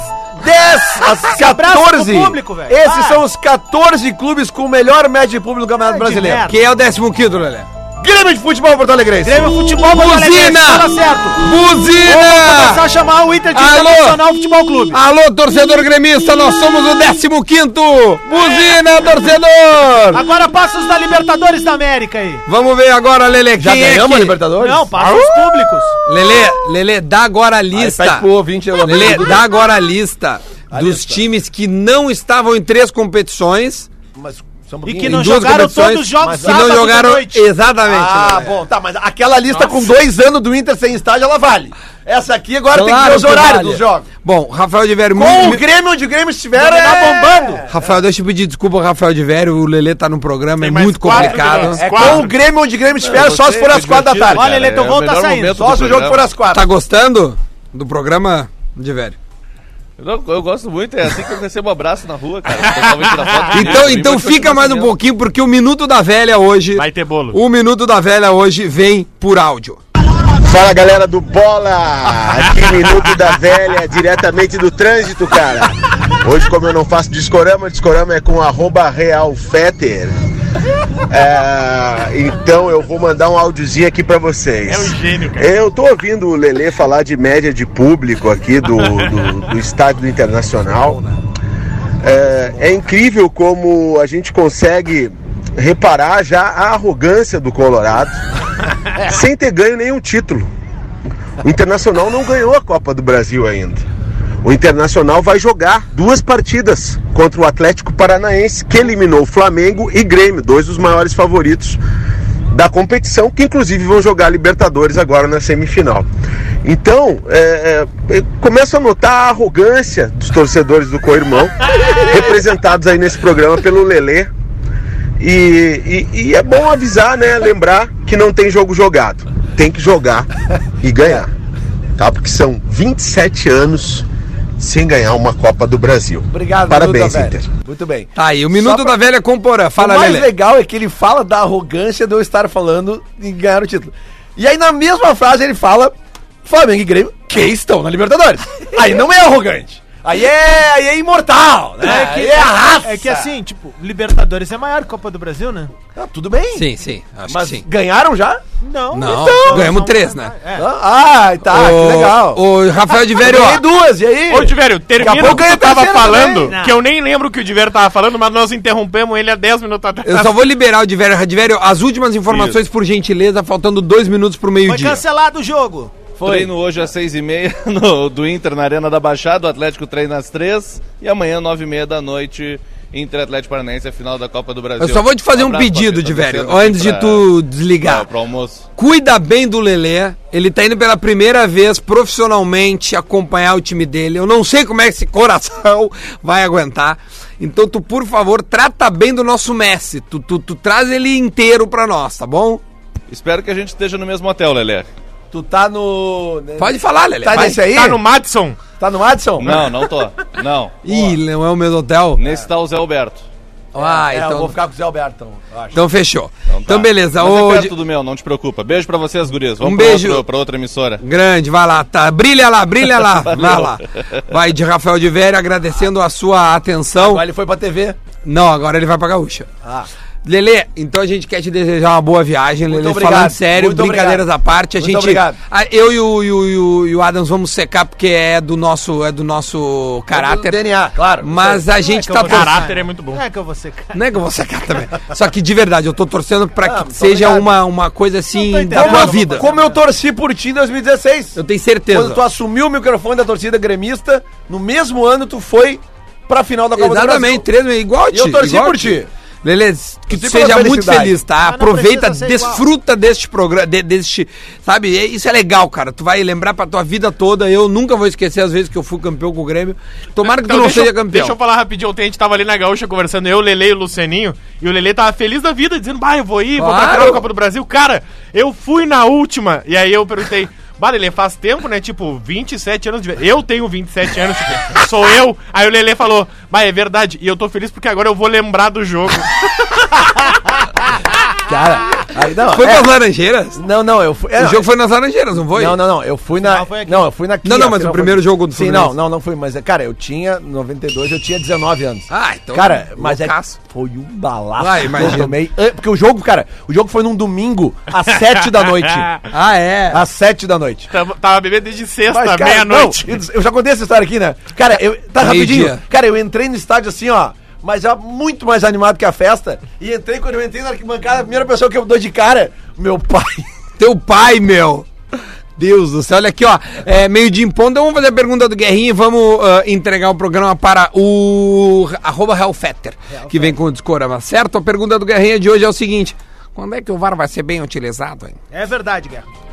Speaker 3: 10, às
Speaker 4: abraço pro
Speaker 3: 14.
Speaker 4: público, velho.
Speaker 3: Esses
Speaker 4: Ah.
Speaker 3: são os 14 clubes com o melhor média de público do Campeonato
Speaker 4: Ah, de
Speaker 3: Brasileiro.
Speaker 4: merda.
Speaker 1: Quem é o 15, Lelé?
Speaker 3: Grêmio de Futebol Porto Alegre.
Speaker 4: Grêmio Futebol Porto Alegre,
Speaker 1: Buzina!
Speaker 4: fala certo.
Speaker 1: Buzina!
Speaker 4: Começar a chamar o Inter de
Speaker 1: Alô!
Speaker 4: Internacional Futebol Clube.
Speaker 1: Alô, torcedor gremista, nós somos o 15! Buzina, torcedor!
Speaker 4: Agora passa os da Libertadores da América aí.
Speaker 1: Vamos ver agora, Lelê.
Speaker 3: Já
Speaker 1: quem é
Speaker 3: ganhamos
Speaker 1: que-
Speaker 3: a Libertadores?
Speaker 4: Não, passa os públicos.
Speaker 1: Lelê, Lelê, dá agora a
Speaker 3: Aí
Speaker 1: lista.
Speaker 3: pede pro ouvinte. eu-
Speaker 1: Lelê, dá agora a lista dos
Speaker 3: lista.
Speaker 1: times que não estavam em três competições
Speaker 3: Mas só um
Speaker 4: E
Speaker 3: pouquinho.
Speaker 4: que não
Speaker 1: em duas
Speaker 4: jogaram
Speaker 1: competições,
Speaker 4: todos os jogos
Speaker 3: mas
Speaker 1: que não
Speaker 4: sábado à
Speaker 1: jogaram
Speaker 4: noite.
Speaker 1: exatamente.
Speaker 3: Ah,
Speaker 1: Lelê.
Speaker 3: bom, tá, mas aquela lista com dois anos do Inter sem estádio, ela vale. Essa aqui agora tem que ver os horários
Speaker 1: vale.
Speaker 3: dos jogos. Uhum.
Speaker 1: Bom, Rafael de Vério,
Speaker 3: Com
Speaker 1: muito-
Speaker 3: o Grêmio, onde o Grêmio estiver,
Speaker 4: Tá bombando.
Speaker 1: Rafael, deixa eu pedir desculpa, Rafael de Vério, o Lelê tá no programa,
Speaker 5: Tem
Speaker 1: é
Speaker 5: mais
Speaker 1: muito
Speaker 5: quatro
Speaker 1: complicado.
Speaker 5: minutos.
Speaker 3: É com
Speaker 5: Quatro.
Speaker 3: o Grêmio, onde o Grêmio
Speaker 4: É,
Speaker 3: estiver, só se for às quatro da tarde. então
Speaker 4: Olha, Lelê,
Speaker 7: É
Speaker 4: teu gol tá saindo.
Speaker 3: Só se o jogo for às quatro.
Speaker 1: Tá gostando do programa de Vério?
Speaker 7: Eu, eu gosto muito, é assim que eu recebo um abraço na
Speaker 3: *laughs*
Speaker 7: rua, cara. O pessoal vem tirar
Speaker 3: Ah,
Speaker 7: foto comigo,
Speaker 1: Então,
Speaker 7: vem
Speaker 1: então
Speaker 7: muito
Speaker 1: fica mais um
Speaker 7: conhecimento.
Speaker 1: pouquinho, porque o Minuto da Velha hoje,
Speaker 5: Vai ter bolo.
Speaker 1: o Minuto da Velha hoje vem por áudio.
Speaker 8: Fala galera do Bola! Aqui é Minuto da Velha, diretamente do trânsito, cara. Hoje, como eu não faço discorama, discorama é com arroba realfetter. É, então eu vou mandar um áudiozinho aqui pra vocês.
Speaker 5: É um gênio, cara.
Speaker 8: Eu tô ouvindo o Lelê falar de média de público aqui do, do, do estádio do Internacional. É, é incrível como a gente consegue reparar já a arrogância do Colorado sem ter ganho nenhum título. O Internacional não ganhou a Copa do Brasil ainda. O Internacional vai jogar duas partidas contra o Atlético Paranaense, que eliminou o Flamengo e Grêmio, dois dos maiores favoritos da competição, que inclusive vão jogar Libertadores agora na semifinal. Então, é, é, eu começo a notar a arrogância dos torcedores do Coirmão, representados aí nesse programa pelo Lelê, e, e- e é bom avisar, né? Lembrar que não tem jogo jogado. Tem que jogar e ganhar. Tá? Porque são 27 anos sem ganhar uma Copa do Brasil.
Speaker 3: Obrigado,
Speaker 8: Parabéns,
Speaker 3: Duda,
Speaker 8: Inter.
Speaker 3: velho. Muito bem.
Speaker 1: Tá aí, o Minuto da Velha com Porã. Fala,
Speaker 3: o mais
Speaker 1: Lelê.
Speaker 3: legal é que ele fala da arrogância de eu estar falando e ganhar o título. E aí, na mesma frase, ele fala Flamengo e Grêmio que estão na Libertadores. aí não é arrogante. Aí é, aí é imortal, né?
Speaker 4: É que,
Speaker 3: aí é a raça.
Speaker 4: é que assim, tipo, Libertadores é maior que Copa do Brasil, né?
Speaker 3: Ah, tudo bem.
Speaker 1: Sim, sim. Acho
Speaker 3: Mas
Speaker 1: que sim.
Speaker 3: ganharam já?
Speaker 4: Não.
Speaker 1: Não,
Speaker 4: Então,
Speaker 1: ganhamos
Speaker 4: não,
Speaker 1: três,
Speaker 4: não,
Speaker 1: né?
Speaker 4: é.
Speaker 3: Ah, ai, tá,
Speaker 1: o,
Speaker 3: que legal.
Speaker 1: O Rafael de Vério,
Speaker 3: Ganhei duas, e aí?
Speaker 5: Ô, Diverio, termina
Speaker 3: pouco
Speaker 5: o que
Speaker 3: ganha
Speaker 5: tu tava
Speaker 3: terceiro
Speaker 5: falando,
Speaker 4: também.
Speaker 5: que eu nem lembro o que o Diverio tava falando, mas nós interrompemos ele há 10 minutos atrás.
Speaker 1: eu só vou liberar o de Vério. De Vério, as últimas informações, por gentileza, faltando dois minutos pro
Speaker 4: Foi
Speaker 1: meio-dia.
Speaker 4: cancelado o jogo.
Speaker 7: Treino hoje às seis e meia *laughs* no- do Inter na Arena da Baixada, o Atlético treina às três e amanhã nove e meia da noite Inter Atlético Paranaense, a final da Copa do Brasil.
Speaker 1: Eu só vou te fazer um
Speaker 7: abraço, tá
Speaker 1: pedido,
Speaker 7: Patrick,
Speaker 1: de
Speaker 7: tô
Speaker 1: Vério,
Speaker 7: descendo aqui
Speaker 1: antes de
Speaker 7: pra- é
Speaker 1: tu
Speaker 7: pra-
Speaker 1: desligar.
Speaker 7: pro almoço.
Speaker 1: Cuida bem do Lelê. Ele tá indo pela primeira vez profissionalmente acompanhar o time dele. Eu não sei como é que esse coração *laughs* vai aguentar. Então tu, por favor, trata bem do nosso Messi. Tu, tu, tu traz ele inteiro pra nós, tá bom?
Speaker 7: Espero que a gente esteja no mesmo hotel, Lelé.
Speaker 3: Tu tá no...
Speaker 1: Pode falar, Lelê.
Speaker 3: Tá
Speaker 1: vai.
Speaker 3: nesse aí?
Speaker 5: Tá no Madison?
Speaker 3: Tá no Adson?
Speaker 1: né?
Speaker 7: Não, não tô.
Speaker 1: *laughs*
Speaker 7: Não.
Speaker 1: Ih, não é o meu hotel?
Speaker 7: Nesse tá o Zé Alberto.
Speaker 1: Ah,
Speaker 3: É, eu
Speaker 1: então,
Speaker 3: vou ficar com o Zé Alberto, então, eu acho.
Speaker 1: então fechou. Então,
Speaker 7: Não tá.
Speaker 1: beleza.
Speaker 7: Mas é
Speaker 1: Hoje...
Speaker 7: perto do meu, não te preocupa. Beijo pra vocês, gurias. Vamos
Speaker 1: Um
Speaker 7: pra
Speaker 1: beijo.
Speaker 7: outro- pra outra emissora.
Speaker 1: Grande, vai lá, tá. Brilha lá, brilha
Speaker 3: *laughs*
Speaker 1: lá, vai lá. Vai de Rafael de Vério agradecendo a sua atenção.
Speaker 3: Agora ele foi pra TV.
Speaker 1: Não, agora ele vai pra Gaúcha.
Speaker 3: Ah.
Speaker 1: Lele, então a gente quer te desejar uma boa viagem, Lele.
Speaker 3: obrigado,
Speaker 1: Falando sério,
Speaker 3: muito
Speaker 1: brincadeiras
Speaker 3: obrigado.
Speaker 1: à parte, a
Speaker 3: Muito
Speaker 1: gente,
Speaker 3: obrigado.
Speaker 1: a- eu e o, e, o, e o- e o Adams vamos secar porque é do nosso, é do nosso caráter.
Speaker 3: DNA, claro.
Speaker 1: Mas a gente tá torcendo.
Speaker 5: Caráter é muito bom.
Speaker 4: Não é que eu vou ser cara.
Speaker 1: Não é que eu vou secar também. Só que de verdade, eu tô torcendo pra
Speaker 3: Ah,
Speaker 1: que
Speaker 3: muito
Speaker 1: seja
Speaker 3: obrigado.
Speaker 1: uma, uma coisa
Speaker 4: Não tô
Speaker 1: assim da
Speaker 4: entendendo,
Speaker 1: tua
Speaker 4: não,
Speaker 1: vida.
Speaker 3: Como eu torci por ti em 2016.
Speaker 1: Eu tenho certeza.
Speaker 3: Quando tu assumiu o microfone da torcida gremista, no mesmo ano tu foi pra final da Copa
Speaker 1: Exatamente,
Speaker 3: do Brasil.
Speaker 1: três meses. Igual a
Speaker 3: E eu
Speaker 1: ti,
Speaker 3: torci
Speaker 1: igual a
Speaker 3: por ti.
Speaker 1: Lelê, que tu
Speaker 3: torci pela
Speaker 1: seja muito
Speaker 3: felicidade.
Speaker 1: feliz, tá?
Speaker 4: Mas não
Speaker 1: Aproveita,
Speaker 4: precisa ser igual.
Speaker 1: desfruta deste programa, de- deste, sabe? É- Isso é legal, cara. Tu vai lembrar pra tua vida toda. Eu nunca vou esquecer as vezes que eu fui campeão com o Grêmio. Tomara que tu não
Speaker 5: Então, deixa, eu-
Speaker 1: seja campeão.
Speaker 5: deixa eu falar rapidinho. Ontem a gente tava ali na gaúcha conversando, eu, Lele e o Luceninho, e o Lele tava feliz da vida, dizendo, bah, eu vou ir, vou pra
Speaker 1: Claro.
Speaker 5: final da Copa do Brasil. Cara, eu fui na última. E aí eu perguntei, bah, Lele, faz tempo, né? Tipo, 27 anos de... Eu tenho 27 anos, tipo, sou eu. Aí o Lele falou, bah, é verdade, e eu tô feliz porque agora eu vou lembrar do jogo.
Speaker 3: Cara, aí não.
Speaker 1: Foi
Speaker 3: é-
Speaker 1: nas Laranjeiras?
Speaker 3: Não, não, eu fui. é,
Speaker 1: O jogo foi nas Laranjeiras, não foi?
Speaker 3: Não, não, não. Eu fui na.
Speaker 4: Não, foi aqui.
Speaker 3: Não, eu fui na Kia,
Speaker 1: Não, não, mas
Speaker 3: afinal
Speaker 1: o primeiro
Speaker 3: foi-
Speaker 1: jogo do
Speaker 3: Sim,
Speaker 1: Fluminense.
Speaker 3: não, não, não fui. Mas, é, cara, eu tinha 92, eu tinha 19 anos.
Speaker 1: Ah, então,
Speaker 3: Cara, mas é,
Speaker 1: loucaço.
Speaker 3: foi um balaço
Speaker 1: Ah,
Speaker 3: que
Speaker 1: imagino.
Speaker 3: eu tomei. É, Porque o jogo, cara, o jogo foi num domingo, às 7 da noite.
Speaker 1: *laughs* Ah, é.
Speaker 3: Às 7 da noite.
Speaker 5: tava, tava bebendo desde
Speaker 3: Mas,
Speaker 5: sexta,
Speaker 3: cara,
Speaker 5: meia-noite.
Speaker 3: não, Eu já contei essa história aqui, né? Cara, eu. Tá rapidinho.
Speaker 1: Meio-dia.
Speaker 3: Cara, eu entrei no estádio assim, ó. Mas já muito mais animado que a festa. E entrei, quando eu entrei na arquibancada, a primeira pessoa que eu dou de cara, meu pai. *laughs*
Speaker 1: Teu pai, meu. Deus do céu, olha aqui, ó. É, meio dia em ponto, então vamos fazer a pergunta do Guerrinha e vamos ah, entregar o programa para o arroba Hellfetter, que vem com o discorama, certo? A pergunta do Guerrinha de hoje é o seguinte: quando é que o VAR vai ser bem utilizado, hein?
Speaker 4: É verdade, Guerra.